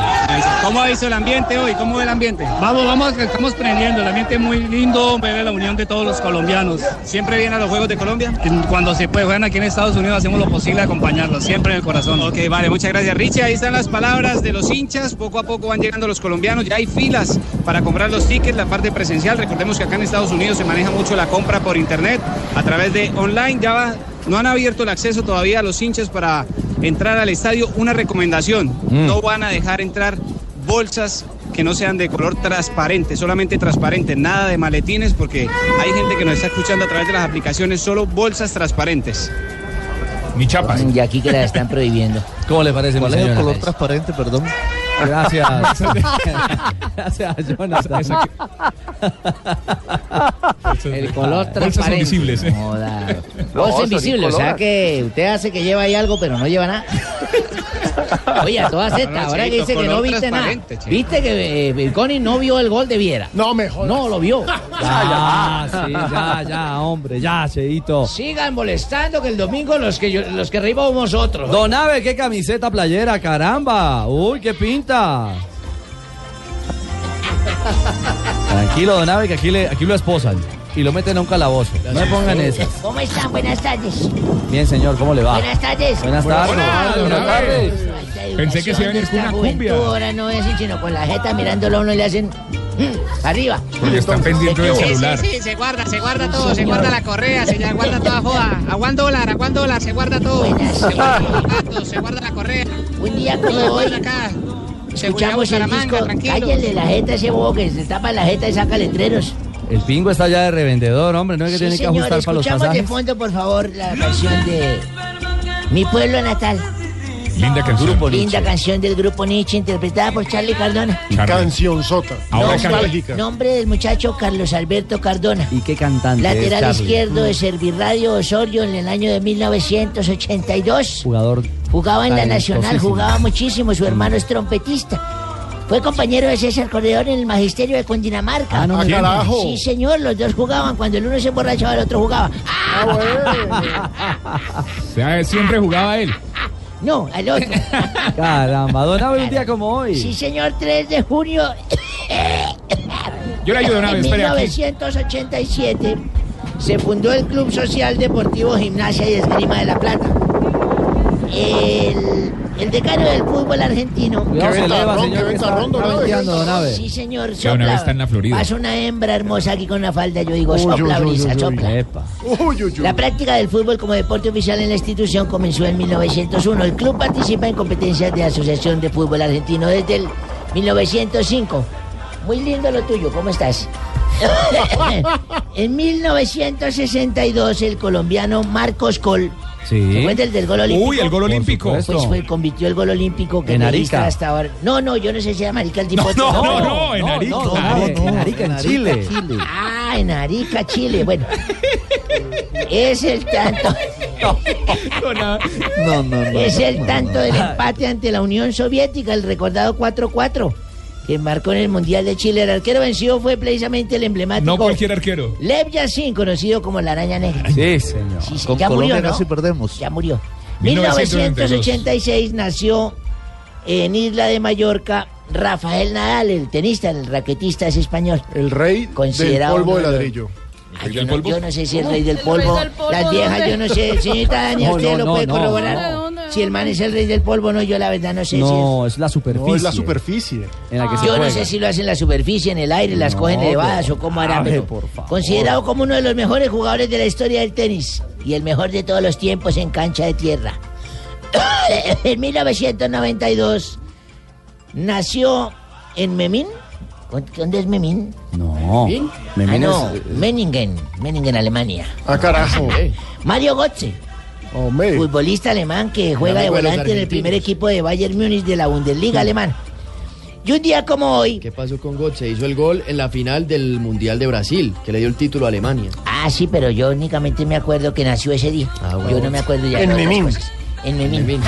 S13: ¿Cómo ha visto el ambiente hoy? ¿Cómo ve el ambiente? Vamos, vamos, estamos prendiendo. El ambiente es muy lindo, ver la unión de todos los colombianos. ¿Siempre vienen a los Juegos de Colombia? Cuando se puede, juegan aquí en Estados Unidos, hacemos lo posible de acompañarlos, siempre en el corazón. Ok, vale, muchas gracias. Richie, ahí están las palabras de los hinchas. Poco a poco van llegando los colombianos. Ya hay filas para comprar los tickets, la parte presencial. Recordemos que acá en Estados Unidos se maneja mucho la compra por internet, a través de online. Ya va- no han abierto el acceso todavía a los hinchas para entrar al estadio. Una recomendación,
S32: Mm.
S13: no van a dejar entrar bolsas que no sean de color transparente, solamente transparente, nada de maletines porque hay gente que nos está escuchando a través de las aplicaciones, solo bolsas transparentes.
S12: Ni chapas.
S9: Mm, Y aquí que la están prohibiendo.
S7: <laughs> ¿Cómo le parece,
S16: ¿Cuál
S7: mi
S16: es el
S7: señora?
S16: color transparente, perdón?
S30: <laughs>
S7: Gracias. Gracias, Jonathan.
S9: El
S8: Ah,
S9: color transparente.
S13: Bolsas son
S12: visibles, ¿eh?
S9: Bolsa invisible, o sea ¿ah? que usted hace que lleva ahí algo, pero no
S7: <laughs>
S9: lleva nada. Oye, a todas
S13: No,
S9: estas,
S13: no,
S9: ahora que dice
S13: chiquito,
S9: que
S13: color
S9: no viste nada.
S13: transparente, chico.
S9: Viste que eh, Vilconi no vio el gol de Viera.
S8: No, mejor.
S9: No lo
S7: <laughs>
S9: vio. Ah,
S7: Ya, sí, ya, ya, hombre, ya, Cheito.
S9: Sigan molestando que el domingo los que, yo- los que reímos otros.
S7: Don Abe, qué camiseta playera, caramba. Uy, qué pinta. Tranquilo, Don Abe, que aquí, le, aquí lo esposan y lo meten a un calabozo. No me pongan esas.
S33: ¿Cómo están? Buenas tardes.
S7: Bien, señor, ¿cómo le va?
S33: Buenas tardes.
S7: Buenas tardes. Buenas tardes. Pensé que se iba a venir
S33: con una
S12: cumbia.
S33: Ahora no es sino con la jeta mirándolo a uno y le hacen mm, arriba.
S12: Porque están pendientes del celular.
S13: sí, se guarda, se guarda todo, se guarda la correa, se guarda toda joda. A one dólar, a one dólar, se guarda todo. Se guardan los zapatos, se guarda la correa.
S33: Un día como
S13: Se guarda
S33: hoy,
S13: acá.
S33: Escuchamos el
S13: Bucaramanga,
S33: disco.
S13: tranquilo.
S33: Cállenle la jeta a ese bobo que se tapa la jeta y saca letreros.
S7: El pingo está ya de revendedor, hombre. No es que
S33: Sí,
S7: tiene que
S33: señor,
S7: ajustar para los
S33: escuchamos de
S7: pasajes.
S33: fondo, por favor, la canción de Mi Pueblo Natal.
S12: Linda canción.
S33: Linda canción del grupo Nietzsche, interpretada por Charlie Cardona.
S8: Canción sota.
S12: Ahora
S8: Nostálgica.
S33: Nombre del muchacho Carlos Alberto Cardona.
S7: ¿Y qué cantante?
S33: Lateral
S7: es Charlie?
S33: izquierdo de Servirradio Osorio en el año de 1982.
S7: Jugador.
S33: Jugaba en la
S7: talentosísimo.
S33: Nacional, jugaba muchísimo, su hermano es trompetista. Fue compañero de César Corredor en el Magisterio de Condinamarca.
S8: Ah, no, Ah, mira. carajo.
S33: Sí, señor, los dos jugaban. Cuando el uno se emborrachaba, el otro jugaba. Ah,
S12: O sea, siempre jugaba él.
S33: No, al otro.
S7: Caramba, Don Abe, un día como hoy.
S33: Sí, señor, 3 de junio
S12: Yo le ayudo una
S33: en
S12: vez, espere aquí.
S33: 1987 se fundó el Club Social Deportivo Gimnasia y Esgrima de La Plata. El, el decano del fútbol argentino.
S7: Cuidado, Qué se ventarrón, eleva, señor, qué que está ventarrón, don Abe. venteando, don Abe.
S33: Sí, señor,
S12: Que don Abe está en la Florida.
S33: Pasa una hembra hermosa aquí con una falda, yo digo,
S12: Uy,
S33: sopla
S12: uy, uy,
S33: brisa,
S12: uy, uy.
S33: sopla. La práctica del fútbol como deporte oficial en la institución comenzó en 1901. El club participa en competencias de Asociación de Fútbol Argentino desde el 1905. Muy lindo lo tuyo, ¿cómo estás? <laughs> en 1962 el colombiano Marcos Col ¿Se acuerda el del gol olímpico?
S12: Uy, el gol olímpico.
S33: Pues fue, convirtió el gol olímpico que
S12: En
S33: me
S12: Arica.
S33: diste hasta ahora. No, no, yo no sé si era Marica el tipo.
S12: No, no, no, no, en Arica.
S33: en
S12: Arica, en Chile.
S33: Ah, en Arica, Chile. Bueno. es el tanto.
S3: No, no, no.
S33: Es el tanto del empate ante la Unión Soviética, el recordado 4-4, que marcó en el Mundial de Chile. El arquero vencido fue precisamente el emblemático.
S12: No cualquier arquero.
S33: Lev Yashin, conocido como la araña negra.
S16: Sí, señor.
S33: Sí, sí,
S16: Con
S33: ya
S16: Colombia
S33: murió, ¿no?
S16: casi perdemos.
S33: Ya murió.
S16: 1992.
S33: 1986 nació en Isla de Mallorca Rafael Nadal, el tenista, el raquetista es español. El rey
S8: Del polvo de ladrillo.
S33: yo, no, yo no sé si el rey del polvo,
S8: del polvo,
S33: las viejas,
S8: ¿dónde?
S33: yo no sé, señorita Dania,
S7: No,
S33: usted
S7: no,
S33: lo
S7: no,
S33: puede
S7: no,
S33: corroborar. Si el man es el rey del polvo, no, yo la verdad no sé si
S7: No, es la superficie.
S33: No, es la
S7: superficie. En la que
S33: es.
S7: se
S33: Yo
S7: juega.
S33: no sé si lo hacen en la superficie, en el aire, las
S7: No,
S33: cogen elevadas o cómo harán.
S7: Abe,
S33: pero
S7: por favor.
S33: Considerado como uno de los mejores jugadores de la historia del tenis y el mejor de todos los tiempos en cancha de tierra. <coughs> en 1992 nació en Memín. ¿Dónde es Memín?
S16: No.
S33: ¿Sí?
S16: Memín
S33: Ah, no,
S7: eh,
S16: es-
S33: Meningen, Meningen, Alemania.
S8: Ah, carajo.
S33: Mario Götze, futbolista alemán que juega de
S25: amigo de los
S33: volante en el
S25: argentinos.
S33: primer equipo de Bayern Múnich de la Bundesliga alemana. Y un día como hoy,
S25: ¿Qué pasó con Gotze? hizo el gol en la final del Mundial de Brasil, que le dio el título a Alemania.
S33: Ah, sí, pero yo únicamente me acuerdo que nació ese día.
S25: Ah,
S33: Yo no me acuerdo ya.
S25: En
S33: de otras
S25: Memín.
S33: cosas. En Memín.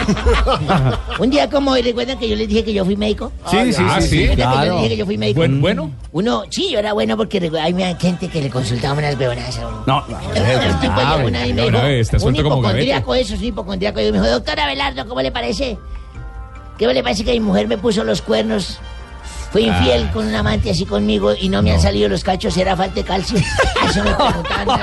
S33: <laughs> Un día como hoy, ¿recuerdan que yo les dije que yo fui médico?
S3: Sí, Ah, sí, sí,
S33: ¿Recuerdan
S3: sí,
S33: que Yo
S3: claro.
S33: les dije que yo fui médico.
S3: Buen- bueno.
S33: Uno, sí, yo era bueno porque recu- hay una gente que le consultaba unas huevonadas a uno.
S3: No,
S33: El
S3: Ah,
S33: tipo llegó una y me dijo, un hipocondríaco,
S3: hipocondríaco.
S33: eso es un hipocondríaco. Y me dijo, doctora Abelardo, ¿cómo le parece? ¿Qué le parece que mi mujer me puso los cuernos? Fue infiel
S3: Ah.
S33: con un amante así conmigo y no me han salido los cachos, era falta de
S3: <laughs>
S33: calcio. Eso me preguntaban.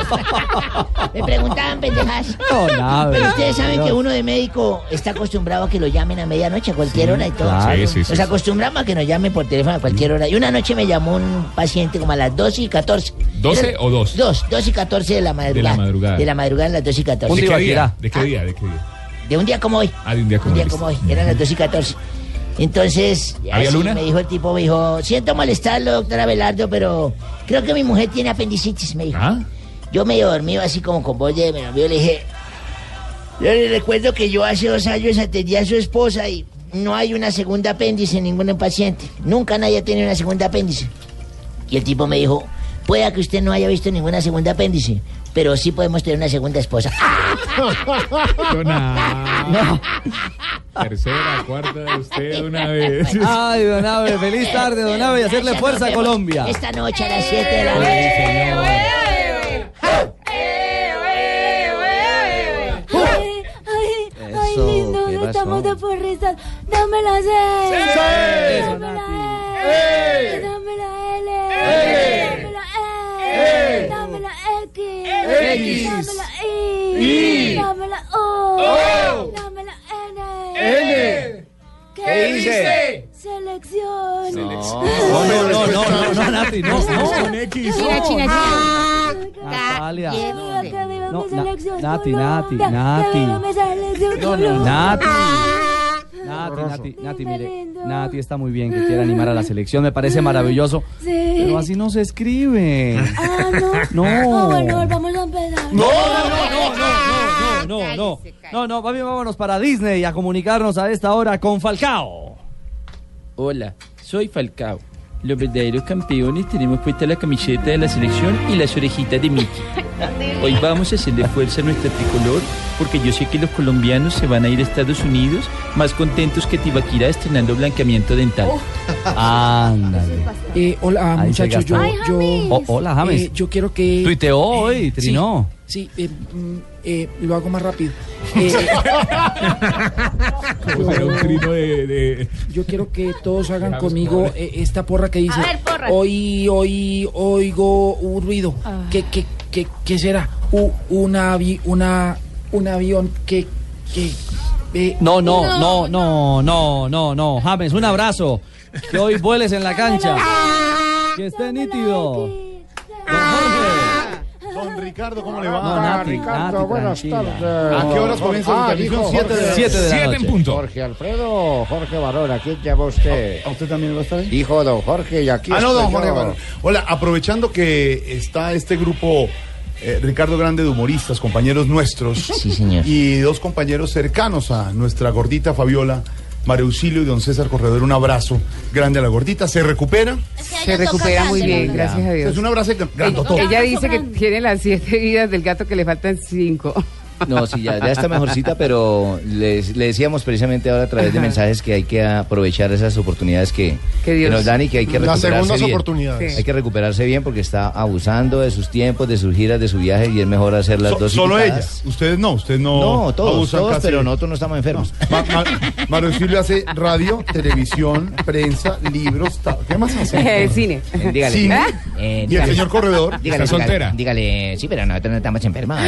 S33: me preguntaban pendejas.
S3: No,
S33: Pero
S3: nada, verdad,
S33: ustedes saben
S3: señor.
S33: que uno de médico está acostumbrado a que lo llamen a medianoche, a cualquier
S3: Sí,
S33: hora y todo.
S3: claro. Sí, sí, sí,
S33: Nos
S3: sí.
S33: acostumbramos a que nos llamen por teléfono a cualquier hora. Y una noche me llamó un paciente como a las 12 y 14.
S12: ¿Doce
S33: Era-
S12: o dos?
S33: Dos, 2 y 14 de la madrugada.
S12: madrugada.
S33: De la madrugada a las 2 y 14.
S12: ¿De qué día? ¿De qué día? ¿De qué día?
S33: De un día como hoy.
S12: Ah, de un día como
S33: Un día
S12: hoy.
S33: como hoy, eran las 2 y 14. Entonces,
S12: ¿Había
S33: así
S12: luna?
S33: me dijo el tipo, me dijo, siento molestarlo, doctor Abelardo, pero creo que mi mujer tiene apendicitis, me dijo.
S12: ¿Ah?
S33: Yo medio dormido así como con voz de medio dormido, le dije, yo le recuerdo que yo hace dos años atendí a su esposa y no hay una segunda apéndice en ningún paciente. Nunca nadie tiene una segunda apéndice. Y el tipo me dijo, pueda que usted no haya visto ninguna segunda apéndice, pero sí podemos tener una segunda esposa. ¡Ah!
S12: Tercera, cuarta de usted una vez.
S7: Ay, don Abe, feliz tarde, don Abe, y hacerle
S33: Gracias,
S7: fuerza
S33: nos
S7: a
S33: vemos
S7: Colombia.
S33: Esta noche a las 7 de la noche.
S1: Ay, ay, ay,
S3: Eso,
S1: lindo,
S3: ¿qué
S1: no
S3: pasó?
S1: estamos de porristas. Dame la C. Dame la E. Dame la L. Dame la E. Dame la X.
S3: X.
S1: Dame la
S3: Y.
S1: I. Dame la O.
S3: O.
S1: Dame la N.
S3: N. ¿Qué dice?
S1: Selección.
S3: No, no, no, no, no, no, Nati, no, no. Con X.
S1: China, China, China.
S7: Natalia.
S1: Que viva, que viva
S7: No,
S1: mi
S7: Na-
S1: selección
S7: Nati, Nati,
S1: Colombia. Que
S7: Nati.
S1: viva mi selección
S7: No, no,
S1: Colombia.
S7: Nati. Nati, Nati, Nati, mire, Nati está muy bien que quiera animar a la selección, me parece maravilloso.
S1: Sí.
S7: Pero así no se escribe.
S1: Ah, no.
S7: No.
S1: Ah, bueno, volvamos a empezar.
S7: No, no, no, no, no, no. No, no, papi, vámonos para Disney a comunicarnos a esta hora con Falcao.
S6: Hola, soy Falcao. Los verdaderos campeones tenemos puesta la camiseta de la selección y las orejitas de Mickey. Hoy vamos a hacerle fuerza a nuestra tricolor porque yo sé que los
S18: Oh.
S6: colombianos se van a ir a Estados Unidos más contentos que Tibaquira estrenando blanqueamiento dental.
S7: Ándale.
S10: Eh, hola,
S7: Ahí se
S10: muchachos. Yo,
S7: gasta. Ay,
S10: yo,
S7: O- hola, James.
S10: eh, yo quiero que.
S7: Tuiteó hoy,
S10: sí,
S7: trinó.
S10: Sí, eh, mm, eh, lo hago más
S7: <laughs>
S10: rápido. Eh, Yo quiero que todos hagan conmigo eh, esta porra que dice.
S18: A ver, porra. Ah.
S10: Hoy, hoy, oigo un ruido. ¿Qué, qué, qué, qué será? U- una, avi- una, un avión que. que eh,
S7: No, no, no, no, no, no, no. James, un abrazo. Que hoy vueles en la cancha. Que esté nítido.
S2: Don Ricardo, ¿cómo le
S7: va? No, Nati, Nati, tranquila.
S2: ¿A qué
S20: Ah,
S2: horas comienza la transmisión? Siete de la
S19: Siete
S2: noche. Siete en punto.
S19: Jorge Alfredo, Jorge Barón, ¿a quién llama usted? ¿A usted también va a estar ahí? Dijo don Jorge y aquí
S20: Ah, no,
S19: estoy
S20: don <laughs> Jorge
S19: yo.
S20: Barón. Hola, aprovechando que está este grupo, eh, Ricardo Grande de humoristas, compañeros nuestros. Y dos compañeros cercanos a nuestra gordita Fabiola. Mario Auxilio y don César Corredor, un abrazo grande a la gordita. ¿Se recupera?
S22: Se recupera muy bien, gracias a Dios.
S20: Es un abrazo grandotón.
S22: Ella dice que tiene las siete vidas del gato que le faltan cinco.
S26: No, sí, ya, ya está mejorcita, pero les- le decíamos precisamente ahora a través de mensajes que hay que aprovechar esas oportunidades que,
S22: Que Dios-
S26: nos dan y que hay que
S22: Las
S26: recuperarse
S22: segundas
S26: bien.
S22: oportunidades. Sí.
S26: Hay que recuperarse bien porque está abusando de sus tiempos, de sus giras, de su viaje y es mejor hacer las
S20: So-
S26: dos.
S20: solo ella.
S26: invitadas.
S20: Ustedes no, ustedes no.
S26: No, todos,
S20: abusan
S26: todos,
S20: casi
S26: pero
S20: de-
S26: nosotros no estamos enfermos.
S20: Ma- ma- Mario Silvio hace radio, <laughs> televisión, prensa, libros, ta- ¿qué más hace?
S9: <laughs>
S22: Eh, cine.
S26: Dígale.
S20: Cine.
S9: Ah.
S26: Eh,
S20: y el
S26: dígale.
S20: señor corredor.
S26: Dígale,
S20: está soltera.
S26: Dígale, sí, pero nosotros no estamos enfermos.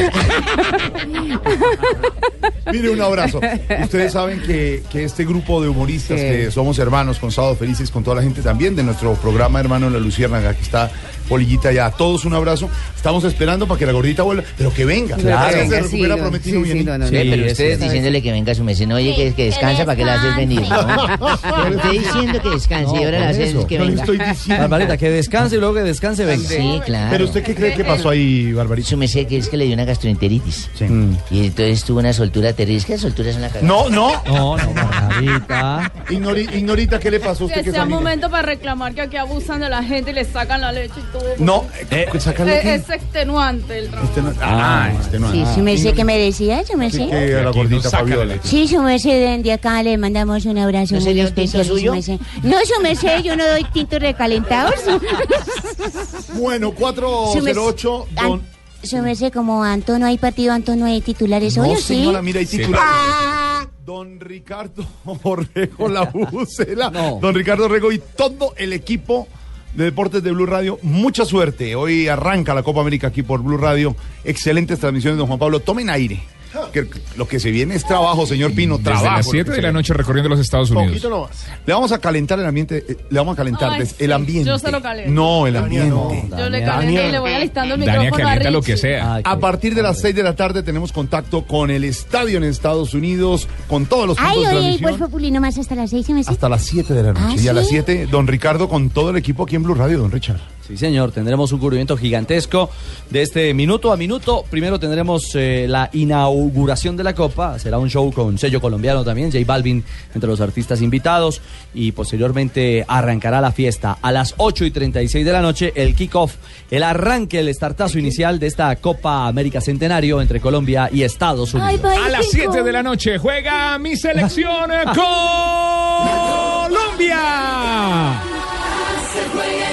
S20: Mire, un abrazo. Ustedes saben que, que este grupo de humoristas,
S22: Sí.
S20: que somos hermanos, con Sábado Felices, con toda la gente también de nuestro programa Hermano La Luciérnaga, que está Polillita ya. A todos un abrazo. Estamos esperando para que la gordita vuelva, pero que venga.
S26: Claro.
S20: Que se
S26: Venga, sí,
S20: recupera
S26: no,
S20: prometido
S26: sí,
S20: bien.
S26: sí, no, no, no. Sí, pero ustedes diciéndole
S20: que venga su mesino,
S26: oye, que- que descansa, ¿para qué la haces venir, no? Pero usted diciendo que descanse y ahora la haces que venga.
S7: Barbarita, que descanse y luego que descanse, venga.
S26: Sí, claro.
S20: ahí, Barbarita?
S26: Su merced que es que le dio una gastroenteritis. Y entonces tuvo una soltura terrible. Es que la soltura es una cagada.
S20: No, no.
S26: No, no,
S20: Ignori- ignorita, ¿qué le pasó a usted?
S26: Que
S20: que es
S26: sea
S20: amiga?
S26: momento para reclamar que aquí abusan de la gente y le sacan la leche y todo.
S20: No, eh,
S26: Es,
S20: sacarle aquí.
S26: es extenuante el trabajo.
S20: Este no- ah, este no.
S34: Sí,
S20: ah.
S34: su merced que me decía, su
S20: Así
S34: merced.
S20: que a la gordita Fabiola.
S34: Sí, su merced, de acá le mandamos un abrazo ¿No muy sería un tinto especial, su suyo? merced. No, su merced, yo no doy tintos recalentados.
S20: Bueno,
S34: Su merced-
S20: 408.
S34: An-
S20: don-
S34: Su merced, como Antonio hay partido, Antonio hay titulares hoy,
S20: No,
S34: ¿o sí? Ah.
S20: señora, mira, hay titulares. Don Ricardo Orrego,
S34: <laughs>
S20: la bucela. Don Ricardo Orrego y todo el equipo de Deportes de Blue Radio, mucha suerte. Hoy arranca la Copa América aquí por Blue Radio. Excelentes transmisiones, don Juan Pablo. Tomen aire. Que lo que se viene es trabajo, señor Pino.
S12: Ah. Desde
S20: trabajo.
S12: las
S20: lo
S12: 7
S20: que
S12: de
S20: se
S12: la
S20: viene.
S12: noche recorriendo los Estados Unidos.
S20: Poquito nomás. Le vamos a calentar el ambiente. eh, Le vamos a calentar
S26: Ay,
S20: des-
S26: sí,
S20: el ambiente.
S26: yo se lo caliento.
S20: No, el ambiente.
S26: Yo le caliento y le voy alistando el micrófono a Richie.
S20: A partir de las 6 de la tarde tenemos contacto con el estadio en Estados Unidos, con todos los
S34: Ay,
S20: puntos de
S34: oye, y
S20: transmisión.
S34: pues populino más hasta las seis, su merced.
S20: Hasta las 7 de la noche.
S34: Ah,
S20: y a las
S34: ¿sí?
S20: 7, don Ricardo con todo el equipo aquí en Blue Radio, don Richard.
S7: Sí, señor, tendremos un cubrimiento gigantesco de este minuto a minuto. Primero tendremos eh, la inauguración de la Copa, será un show con sello colombiano también, J Balvin entre los artistas invitados y posteriormente arrancará la fiesta a las 8 y 36 de la noche, el kickoff, el arranque, el startazo inicial de esta Copa América Centenario entre Colombia y Estados Unidos.
S12: A las 7 de la noche juega mi selección eh, Colombia.
S3: Se juega